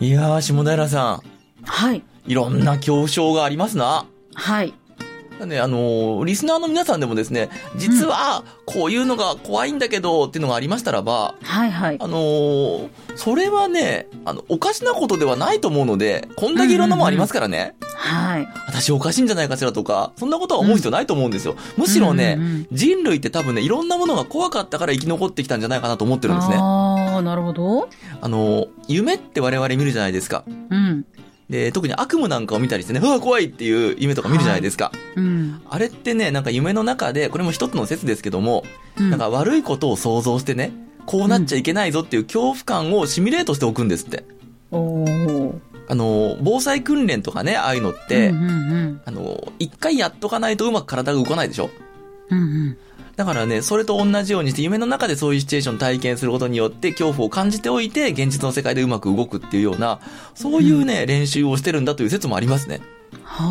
Speaker 1: いやー、下平さ
Speaker 2: はい。
Speaker 1: ん、いろんな恐怖症がありますな。
Speaker 2: はい。
Speaker 1: ね、あのーリスナーの皆さんでもですね、実は、こういうのが怖いんだけど、っていうのがありましたらば、
Speaker 2: はいはい。
Speaker 1: あのーそれはね、あの、おかしなことではないと思うので、こんだけいろんなもんありますからね、
Speaker 2: はい。
Speaker 1: 私おかしいんじゃないかしらとか、そんなことは思う必要ないと思うんですよ。むしろね、
Speaker 2: うんうんうん
Speaker 1: 人類って多分ね、いろんなものが怖かったから生き残ってきたんじゃないかなと思ってるんですね。あ
Speaker 2: ああ、なるほど。
Speaker 1: のー夢って我々見るじゃないですか。
Speaker 2: うん。
Speaker 1: で、特に悪夢なんかを見たりしてね、うわ、怖いっていう夢とか見るじゃないですか。
Speaker 2: うん。
Speaker 1: あれってね、なんか夢の中で、これも一つの説ですけども、
Speaker 2: うん
Speaker 1: なんか悪いことを想像してね、こうなっちゃいけないぞっていう恐怖感をシミュレートしておくんですって。
Speaker 2: おー
Speaker 1: あの、防災訓練とかね、ああいうのって、
Speaker 2: うんうん
Speaker 1: あの、一回やっとかないとうまく体が動かないでしょ
Speaker 2: うん。うん
Speaker 1: だからね、それと同じようにして夢の中でそういうシチュエーションを体験することによって恐怖を感じておいて、現実の世界でうまく動くっていうような、そういうね、練習をしてるんだという説もありますね。
Speaker 2: うん。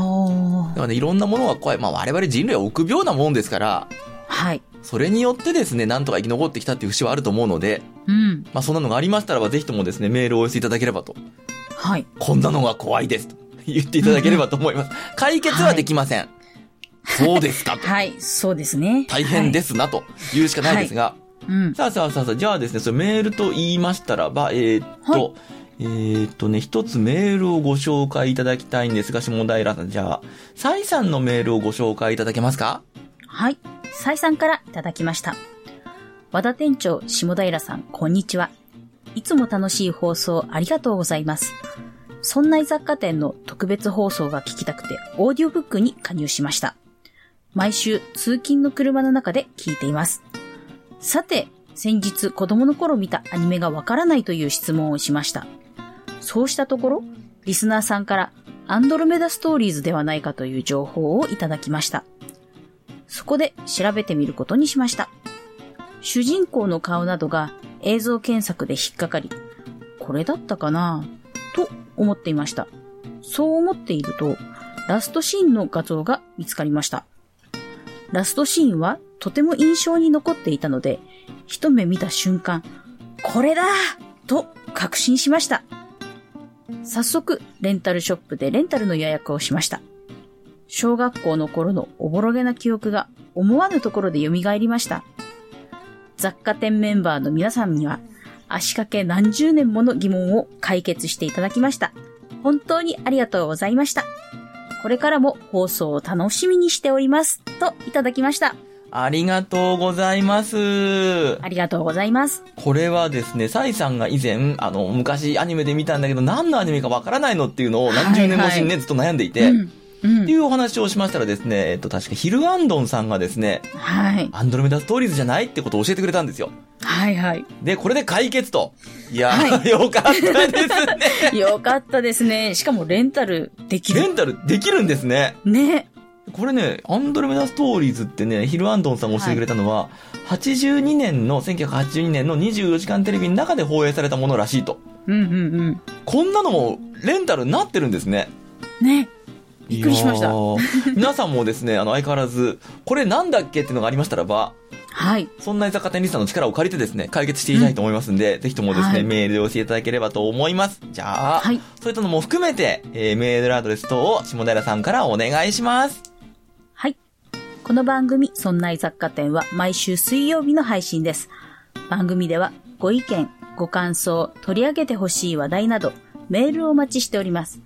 Speaker 2: は
Speaker 1: だからね、いろんなものが怖い。まあ我々人類は臆病なもんですから、
Speaker 2: あ。はい。
Speaker 1: それによってですね、なんとか生き残ってきたっていう節はあると思うので、
Speaker 2: うん。
Speaker 1: まあそんなのがありましたらば、ぜひともですね、メールをお寄せいただければと。
Speaker 2: はい。
Speaker 1: こんなのが怖いですと言っていただければと思います。解決はできません。そうですかと。
Speaker 2: はい。そうですね。。
Speaker 1: 大変ですすなと言うしかないですが。
Speaker 2: うん。
Speaker 1: さあさあさあさあ、じゃあですね、それメールと言いましたらば、えーっと、
Speaker 2: はい
Speaker 1: えーっとね、一つメールをご紹介いただきたいんですが、下平さん、じゃあ、サイさんのメールをご紹介いただけますか
Speaker 2: はい。サイさんからいただきました。和田店長、下平さん、こんにちは。いつも楽しい放送ありがとうございます。そんな雑貨店の特別放送が聞きたくて、オーディオブックに加入しました。毎週、通勤の車の中で聞いています。さて、先日子供の頃見たアニメがわからないという質問をしました。そうしたところ、リスナーさんからアンドロメダストーリーズではないかという情報をいただきました。そこで調べてみることにしました。主人公の顔などが映像検索で引っかかり、これだったかなと思っていました。そう思っていると、ラストシーンの画像が見つかりました。ラストシーンはとても印象に残っていたので、一目見た瞬間、これだと確信しました。早速、レンタルショップでレンタルの予約をしました。小学校の頃のおぼろげな記憶が思わぬところで蘇りました。雑貨店メンバーの皆さんには、足掛け何十年もの疑問を解決していただきました。本当にありがとうございました。これからも放送を楽しみにしております。といただきました。
Speaker 1: ありがとうございます。
Speaker 2: ありがとうございます。
Speaker 1: これはですね、サイさんが以前、あの、昔アニメで見たんだけど、何のアニメかわからないのっていうのを何十年越しに
Speaker 2: はい
Speaker 1: ね、ずっと悩んでいうて、っ
Speaker 2: ん。う
Speaker 1: て
Speaker 2: ん。
Speaker 1: いうお話をしましたらですね、えっと、確かヒルアンドンさんがですね、
Speaker 2: はい。
Speaker 1: アンドロメダストーリーズじゃないってことを教えてくれたんですよ。
Speaker 2: はいはい。
Speaker 1: で、これで解決と。いやー、
Speaker 2: は
Speaker 1: よかったですね。
Speaker 2: よかったですね。しかもレンタルでき
Speaker 1: レ
Speaker 2: る。
Speaker 1: ンタルできるんですね。
Speaker 2: ね。
Speaker 1: これね、アンドロメダストーリーズってね、ヒルアンドンさんが教えてくれたのは、82年の、1982年の24時間テレビの中で放映されたものらしいと。
Speaker 2: うんうん
Speaker 1: こんなのもレンタルになってるんですね。
Speaker 2: うん。ね。びっくりしました
Speaker 1: いやー皆さんもですね、あの、相変わらず、これなんだっけっていうのがありましたらば、
Speaker 2: はい。
Speaker 1: そんな居酒屋店リスさんの力を借りてですね、解決していきたいと思いますんで、ぜひともですね、
Speaker 2: はい
Speaker 1: メールで教えていただければと思います。じゃあ、
Speaker 2: はい。
Speaker 1: そういったのも含めて、えーメールアドレス等を下平さんからお願いします。
Speaker 2: はい。この番組、そんな雑貨店は毎週水曜日の配信です。番組ではご意見、ご感想、取り上げてほしい話題など、メールをお待ちしております。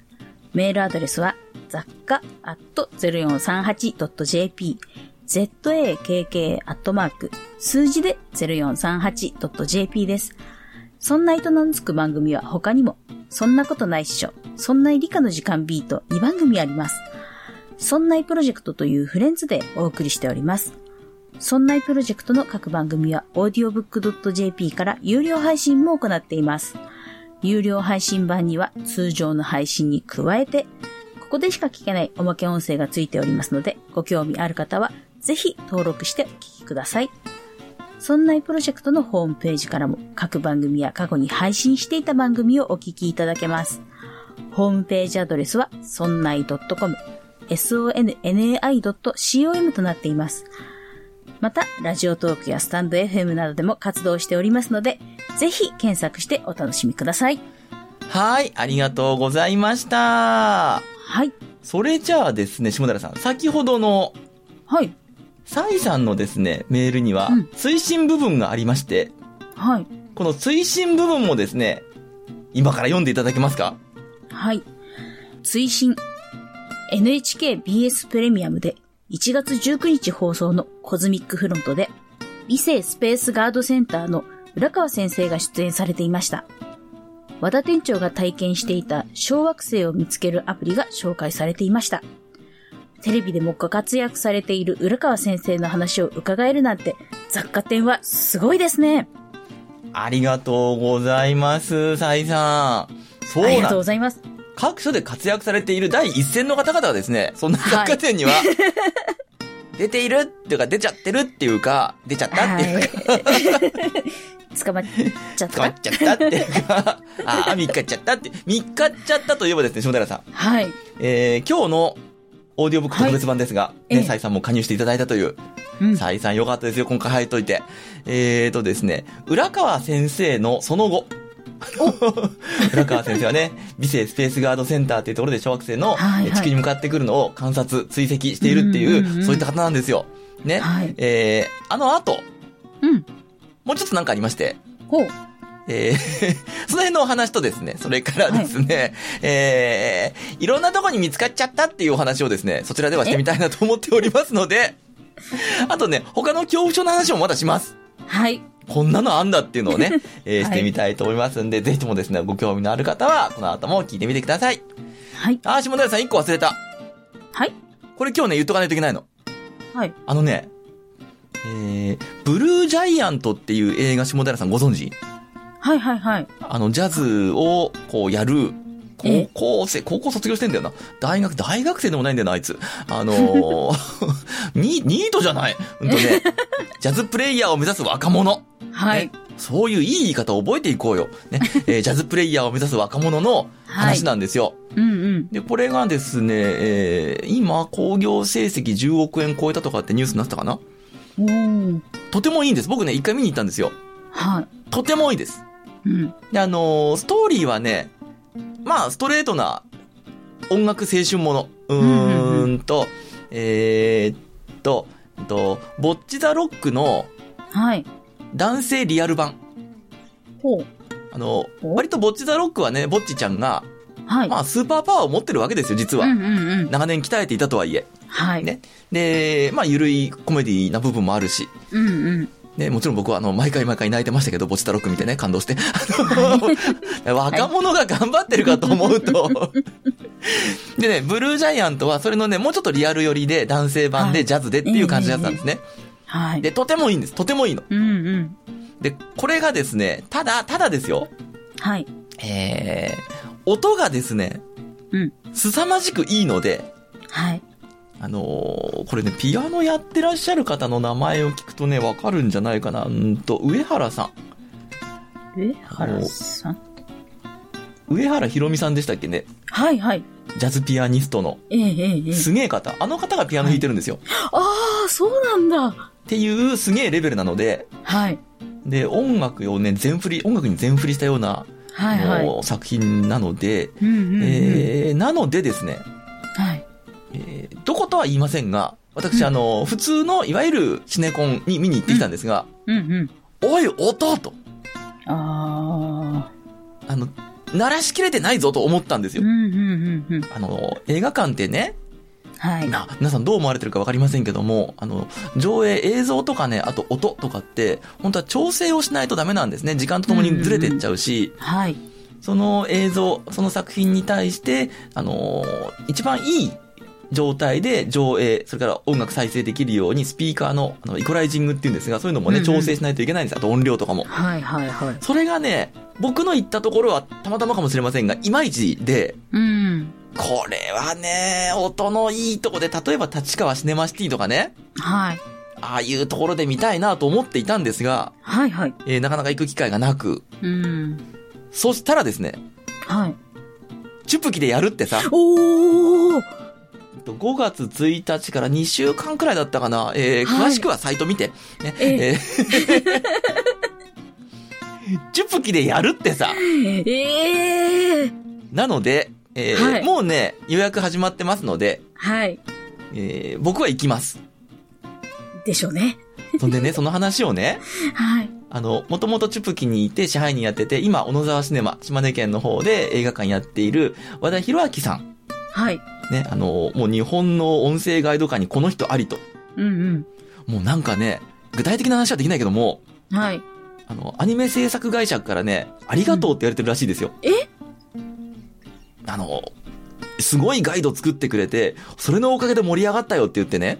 Speaker 2: メールアドレスは、雑貨 0438.jp、zakk アットマーク、数字で 0438.jp です。そんな糸のつく番組は他にも、そんなことないっしょ、そんな理科の時間ビート2番組あります。そんないプロジェクトというフレンズでお送りしております。そんないプロジェクトの各番組は audiobook.jp から有料配信も行っています。有料配信版には通常の配信に加えて、ここでしか聞けないおまけ音声がついておりますので、ご興味ある方はぜひ登録してお聞きください。そんないプロジェクトのホームページからも各番組や過去に配信していた番組をお聞きいただけます。ホームページアドレスは、そんない .com、sonnai.com となっています。また、ラジオトークやスタンド FM などでも活動しておりますので、ぜひ検索してお楽しみください。
Speaker 1: はい、ありがとうございました。
Speaker 2: はい。
Speaker 1: それじゃあですね、下平さん、先ほどの、
Speaker 2: はい。
Speaker 1: サイさんのですね、メールには
Speaker 2: うん、
Speaker 1: 推進部分がありまして、
Speaker 2: はい。
Speaker 1: この推進部分もですね、今から読んでいただけますか
Speaker 2: はい。追伸 NHKBS プレミアムで1月19日放送のコズミックフロントで、理性スペースガードセンターの浦川先生が出演されていました。和田店長が体験していた小惑星を見つけるアプリが紹介されていました。テレビでもご活躍されている浦川先生の話を伺えるなんて、雑貨店はすごいですね。
Speaker 1: ありがとうございます、サイさん。そ
Speaker 2: あり
Speaker 1: う
Speaker 2: が
Speaker 1: な
Speaker 2: とうんございます。
Speaker 1: 各所で活躍されている第一線の方々はですね、そんな雑貨店には、 出ているっていうか、出ちゃってるっていうか、出ちゃったっていうか、
Speaker 2: はい。 捕まっちゃっ。
Speaker 1: 捕まったちゃったっていうか、ああ、見っかっちゃったって、見っかっちゃったといえばですね、下平さん。
Speaker 2: はい。
Speaker 1: えー、今日のオーディオブック特別版ですが、
Speaker 2: いえ
Speaker 1: ね、
Speaker 2: え
Speaker 1: サイさんも加入していただいたという、
Speaker 2: うん
Speaker 1: サイさんよかったですよ、今回入っといて。えーとですね、浦川先生のその後。 浦川先生はね、美生スペースガードセンターっていうところで小学生の
Speaker 2: はいはい
Speaker 1: 地球に向かってくるのを観察、追跡しているっていう、
Speaker 2: うんうんうん
Speaker 1: そういった方なんですよ。ね。
Speaker 2: はい。
Speaker 1: えー、あの後、
Speaker 2: うん。
Speaker 1: もうちょっとなんかありまして、
Speaker 2: ほう。
Speaker 1: えー その辺のお話とですね、それからですね、えーいろんなとこに見つかっちゃったっていうお話をですね、そちらではしてみたいなと思っておりますので、あとね、他の恐怖症の話もまだします。
Speaker 2: はい。
Speaker 1: こんなのあんだっていうのをね、えー
Speaker 2: は
Speaker 1: し
Speaker 2: い
Speaker 1: てみたいと思いますんで、ぜひともですね、ご興味のある方は、この後も聞いてみてください。
Speaker 2: はい。
Speaker 1: あー、下平さん、一個忘れた。
Speaker 2: はい。
Speaker 1: これ今日ね、言っとかないといけないの。
Speaker 2: はい。
Speaker 1: あのね、えー、ブルージャイアントっていう映画、下平さんご存知
Speaker 2: はい。はい。はい。
Speaker 1: あの、ジャズを、こう、やる、
Speaker 2: え
Speaker 1: 高校生、高校卒業してんだよな。大学、大学生でもないんだよな、あいつ。あの ー、ニニートじゃない。うんとね、ジャズプレイヤーを目指す若者。
Speaker 2: はい
Speaker 1: ね。そういういい言い方を覚えていこうよ。ね。えー ジャズプレイヤーを目指す若者の話なんですよ。
Speaker 2: うんうん。
Speaker 1: で、これがですね、えー今、興行成績10億円超えたとかってニュースになったかな
Speaker 2: おー。
Speaker 1: とてもいいんです。僕ね、一回見に行ったんですよ。
Speaker 2: は
Speaker 1: とてもいいです。
Speaker 2: い。うん。
Speaker 1: で、あのーストーリーはね、まあ、ストレートな音楽青春もの。うーんと、えーっと、えっと、ボッチザロックの
Speaker 2: はい。
Speaker 1: 男性リアル版。
Speaker 2: ほう。
Speaker 1: あの、
Speaker 2: お
Speaker 1: 割とボッチザロックはね、ボッチちゃんが、
Speaker 2: はい。
Speaker 1: まあ、スーパーパワーを持ってるわけですよ、実
Speaker 2: う
Speaker 1: は。
Speaker 2: んうんうん。
Speaker 1: 長年鍛えていたとはいえ。
Speaker 2: はい。
Speaker 1: ね。で、まあ、ゆるいコメディな部分もあるし、
Speaker 2: うんうん。
Speaker 1: ね、もちろん僕はあの、毎回毎回泣いてましたけど、ボチタロック見てね、感動 して。あの、若者が頑張ってるかと思うと。でね、ブルージャイアントは、それのね、もうちょっとリアル寄りで、男性版
Speaker 2: は
Speaker 1: で、
Speaker 2: い
Speaker 1: ジャズでっていう感じだったんですね。
Speaker 2: はい。
Speaker 1: で、とてもいいんです。とてもいいの。
Speaker 2: うんうん。
Speaker 1: で、これがですね、ただ、ただですよ。
Speaker 2: はい。
Speaker 1: えー、音がですね、
Speaker 2: うん。
Speaker 1: 凄まじくいいので、
Speaker 2: はい。
Speaker 1: あのーこれね、ピアノやってらっしゃる方の名前を聞くとね、わかるんじゃないかな。うんと、上原さ
Speaker 2: 上原さん。
Speaker 1: ん。上原ひろみさんでしたっけね。
Speaker 2: はいはい。
Speaker 1: ジャズピアニストの。
Speaker 2: ええええええ。
Speaker 1: すげえ方。あの方がピアノ弾いてるんですよ。
Speaker 2: ああ、そうなんだ。
Speaker 1: っていうすげえレベルなので、
Speaker 2: はい。
Speaker 1: で、音楽をね、全振り、音楽に全振りしたような、
Speaker 2: はいは
Speaker 1: あ
Speaker 2: い。
Speaker 1: のー作品なので、
Speaker 2: うんうんうん。
Speaker 1: えー、なのでですね、
Speaker 2: はい。
Speaker 1: えーどことは言いませんが、私、
Speaker 2: うん
Speaker 1: あのー普通の、いわゆるシネコンに見に行ってきたんですが、
Speaker 2: うんうん。
Speaker 1: おい、音と、
Speaker 2: ああ。
Speaker 1: あの、鳴らしきれてないぞと思ったんです
Speaker 2: う
Speaker 1: よ
Speaker 2: ん。うんうんうん。
Speaker 1: あの、映画館ってね、
Speaker 2: はい。
Speaker 1: な、皆さんどう思われてるかわかりませんけども、あの、上映映像とかね、あと音とかって、本当は調整をしないとダメなんですね。時間とともにずれてっちゃうし、
Speaker 2: はい。
Speaker 1: その映像、その作品に対して、あの、一番いい状態で上映、それから音楽再生できるように、スピーカーの、あの、イコライジングっていうんですが、そういうのも
Speaker 2: う
Speaker 1: ね、
Speaker 2: んうん
Speaker 1: 調整しないといけないんです。あと音量とかも。
Speaker 2: はいはいはい。
Speaker 1: それがね、僕の行ったところはたまたまかもしれませんが、いまいちで、
Speaker 2: うん。
Speaker 1: これはね、音のいいとこで、例えば立川シネマシティとかね、
Speaker 2: はい。
Speaker 1: ああいうところで見たいなと思っていたんですが、
Speaker 2: はいはい。
Speaker 1: えーなかなか行く機会がなく、
Speaker 2: うん。
Speaker 1: そしたらですね、
Speaker 2: はい。
Speaker 1: チュプキでやるってさ、
Speaker 2: おー
Speaker 1: 5月1日から2週間くらいだったかな、えー
Speaker 2: は
Speaker 1: 詳
Speaker 2: い
Speaker 1: しくはサイト見て、ね、
Speaker 2: ええ
Speaker 1: えー チュプキでやるってさ、
Speaker 2: ええ
Speaker 1: なので、えー
Speaker 2: はい
Speaker 1: もうね、予約始まってますので、
Speaker 2: はい。
Speaker 1: えー僕は行きます。
Speaker 2: でしょうね。
Speaker 1: そんで ね、その話をね、
Speaker 2: はい。
Speaker 1: あの、もともとチュプキにいて支配人やってて、今、小野沢シネマ、島根県の方で映画館やっている和田博明さん。
Speaker 2: はい。
Speaker 1: ね、あの、もう日本の音声ガイド界にこの人ありと。
Speaker 2: うん
Speaker 1: もうなんかね、具体的な話はできないけども、
Speaker 2: うん。はい。
Speaker 1: あの、アニメ制作会社からね、ありがとうって言われてるらしいですよ。
Speaker 2: うんえ
Speaker 1: あの、すごいガイド作ってくれて、それのおかげで盛り上がったよって言ってね、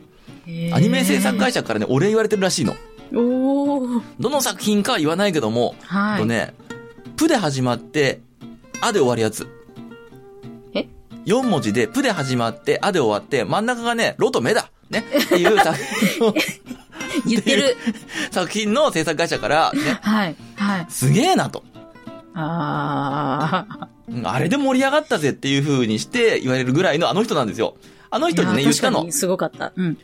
Speaker 1: アニメ制作会
Speaker 2: 社。
Speaker 1: 社からね、お礼言われてるらしいの。
Speaker 2: おー。
Speaker 1: どの作品かは言わないけども、
Speaker 2: は
Speaker 1: と
Speaker 2: い。
Speaker 1: ね、プで始まって、あで終わるやつ。
Speaker 2: え
Speaker 1: ?4 文字で、プで始まって、あで終わって、真ん中がね、ロとメだねっていう作品 の
Speaker 2: 言っ てる。
Speaker 1: 作品の制作会社から、ね、
Speaker 2: はい。はい。
Speaker 1: すげえなと。
Speaker 2: ああ。
Speaker 1: うんあれで盛り上がったぜっていう風にして言われるぐらいのあの人なんですよ。あの人にね、
Speaker 2: い
Speaker 1: 言
Speaker 2: や
Speaker 1: った
Speaker 2: 確か
Speaker 1: の
Speaker 2: に。すごかった。うん。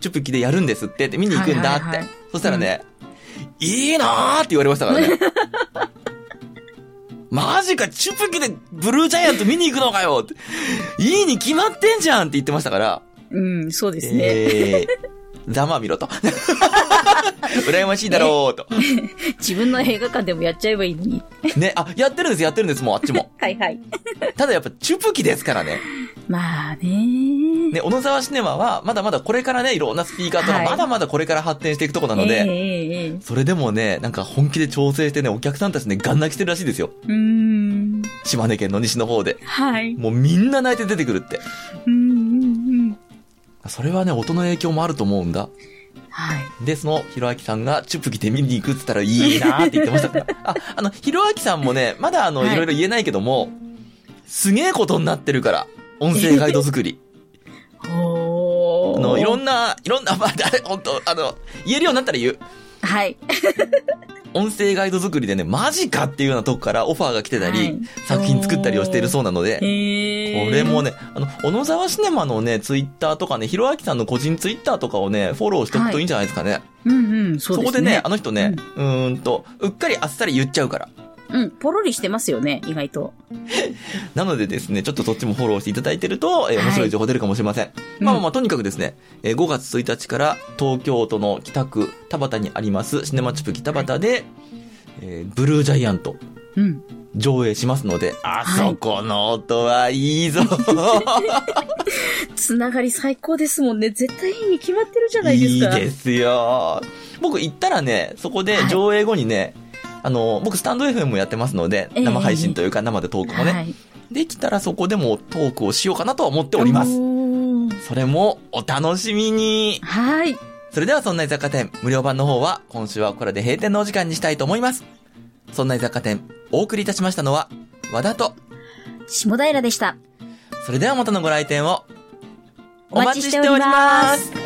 Speaker 1: チュプキでやるんですって、って見に行くんだって。
Speaker 2: はいはいはい
Speaker 1: そしたらね、いいなーって言われましたから ね。マジか、チュプキでブルージャイアント見に行くのかよっていいに決まってんじゃんって言ってましたから。
Speaker 2: うん、そうですね。
Speaker 1: えーざまあみろと。 羨ましいだろうと。
Speaker 2: 自分の映画館でもやっちゃえばいいのに。
Speaker 1: ね、あ、やってるんです、やってるんです、もうあっちも。
Speaker 2: はいはい。
Speaker 1: ただやっぱ、チュプキですからね。
Speaker 2: まあね。
Speaker 1: ね、小野沢シネマは、まだまだこれからね、いろんなスピーカーとか、
Speaker 2: はい
Speaker 1: まだまだこれから発展していくとこな
Speaker 2: な
Speaker 1: ので、
Speaker 2: ええええええ
Speaker 1: それでもね、なんか本気で調整してね、お客さんたちね、ガン泣きしてるらしいですよ。
Speaker 2: うーん。
Speaker 1: 島根県の西の方で。
Speaker 2: はい。
Speaker 1: もうみんな泣いて出てくるって。
Speaker 2: うんうんうん。
Speaker 1: それはね、音の影響もあると思うんだ。
Speaker 2: はい。
Speaker 1: で、その、ひろあきさんが、チュプキで見に行くって言ったらいいなーって言ってました から。あ、あの、ひろあきさんもね、まだあの、
Speaker 2: はい
Speaker 1: いろいろ言えないけども、すげえことになってるから、音声ガイド作 り。
Speaker 2: お
Speaker 1: あ
Speaker 2: ー
Speaker 1: の、いろんな、いろんな、まあ、だ本当あの、言えるようになったら言う。
Speaker 2: はい。
Speaker 1: 音声ガイド作りでね、マジかっていうようなとこからオファーが来てたり、
Speaker 2: はい
Speaker 1: 作品作ったりをしているそうなので、
Speaker 2: え
Speaker 1: これもね、あの、小野沢シネマのね、ツイッターとかね、ひろあきさんの個人ツイッターとかをね、フォローしておくといいんじゃないですかね。
Speaker 2: うんうん、
Speaker 1: そ
Speaker 2: そ
Speaker 1: う
Speaker 2: で
Speaker 1: こ
Speaker 2: すね。
Speaker 1: でね、あの人ね、うーんと、うっかりあっさり言っちゃうから。
Speaker 2: うん、ポロリしてますよね、意外と。
Speaker 1: なのでですね、ちょっとそっちもフォローしていただいてると、えー
Speaker 2: はい
Speaker 1: 面白い情報出るかもしれません。まあまあ
Speaker 2: う
Speaker 1: まあ、とにかくですね、えー5月1日から東京都の北区田端にあります、シネマチップ北端で、えーブルージャイアント
Speaker 2: んうん。
Speaker 1: 上映しますので、あ
Speaker 2: はい
Speaker 1: そこの音はいいぞ。
Speaker 2: つながり最高ですもんね。絶対いいに決まってるじゃないで
Speaker 1: いい
Speaker 2: すか。
Speaker 1: ですよ。僕行ったらね、そこで
Speaker 2: はい
Speaker 1: 上映後にね、あの、僕スタンド FM もやってますので、
Speaker 2: ええ
Speaker 1: 生配信というか生でトークもね、
Speaker 2: はい。
Speaker 1: できたらそこでもトークをしようかなとは思っております。
Speaker 2: おー
Speaker 1: それもお楽しみに。
Speaker 2: はい。
Speaker 1: それではそんな居酒屋店無料版の方は今週はこれで閉店のお時間にしたいと思います。そんな居酒屋店お送りいたしましたのは和田と、
Speaker 2: 下平でした。
Speaker 1: それではまたのご来店を
Speaker 2: お待ちしております。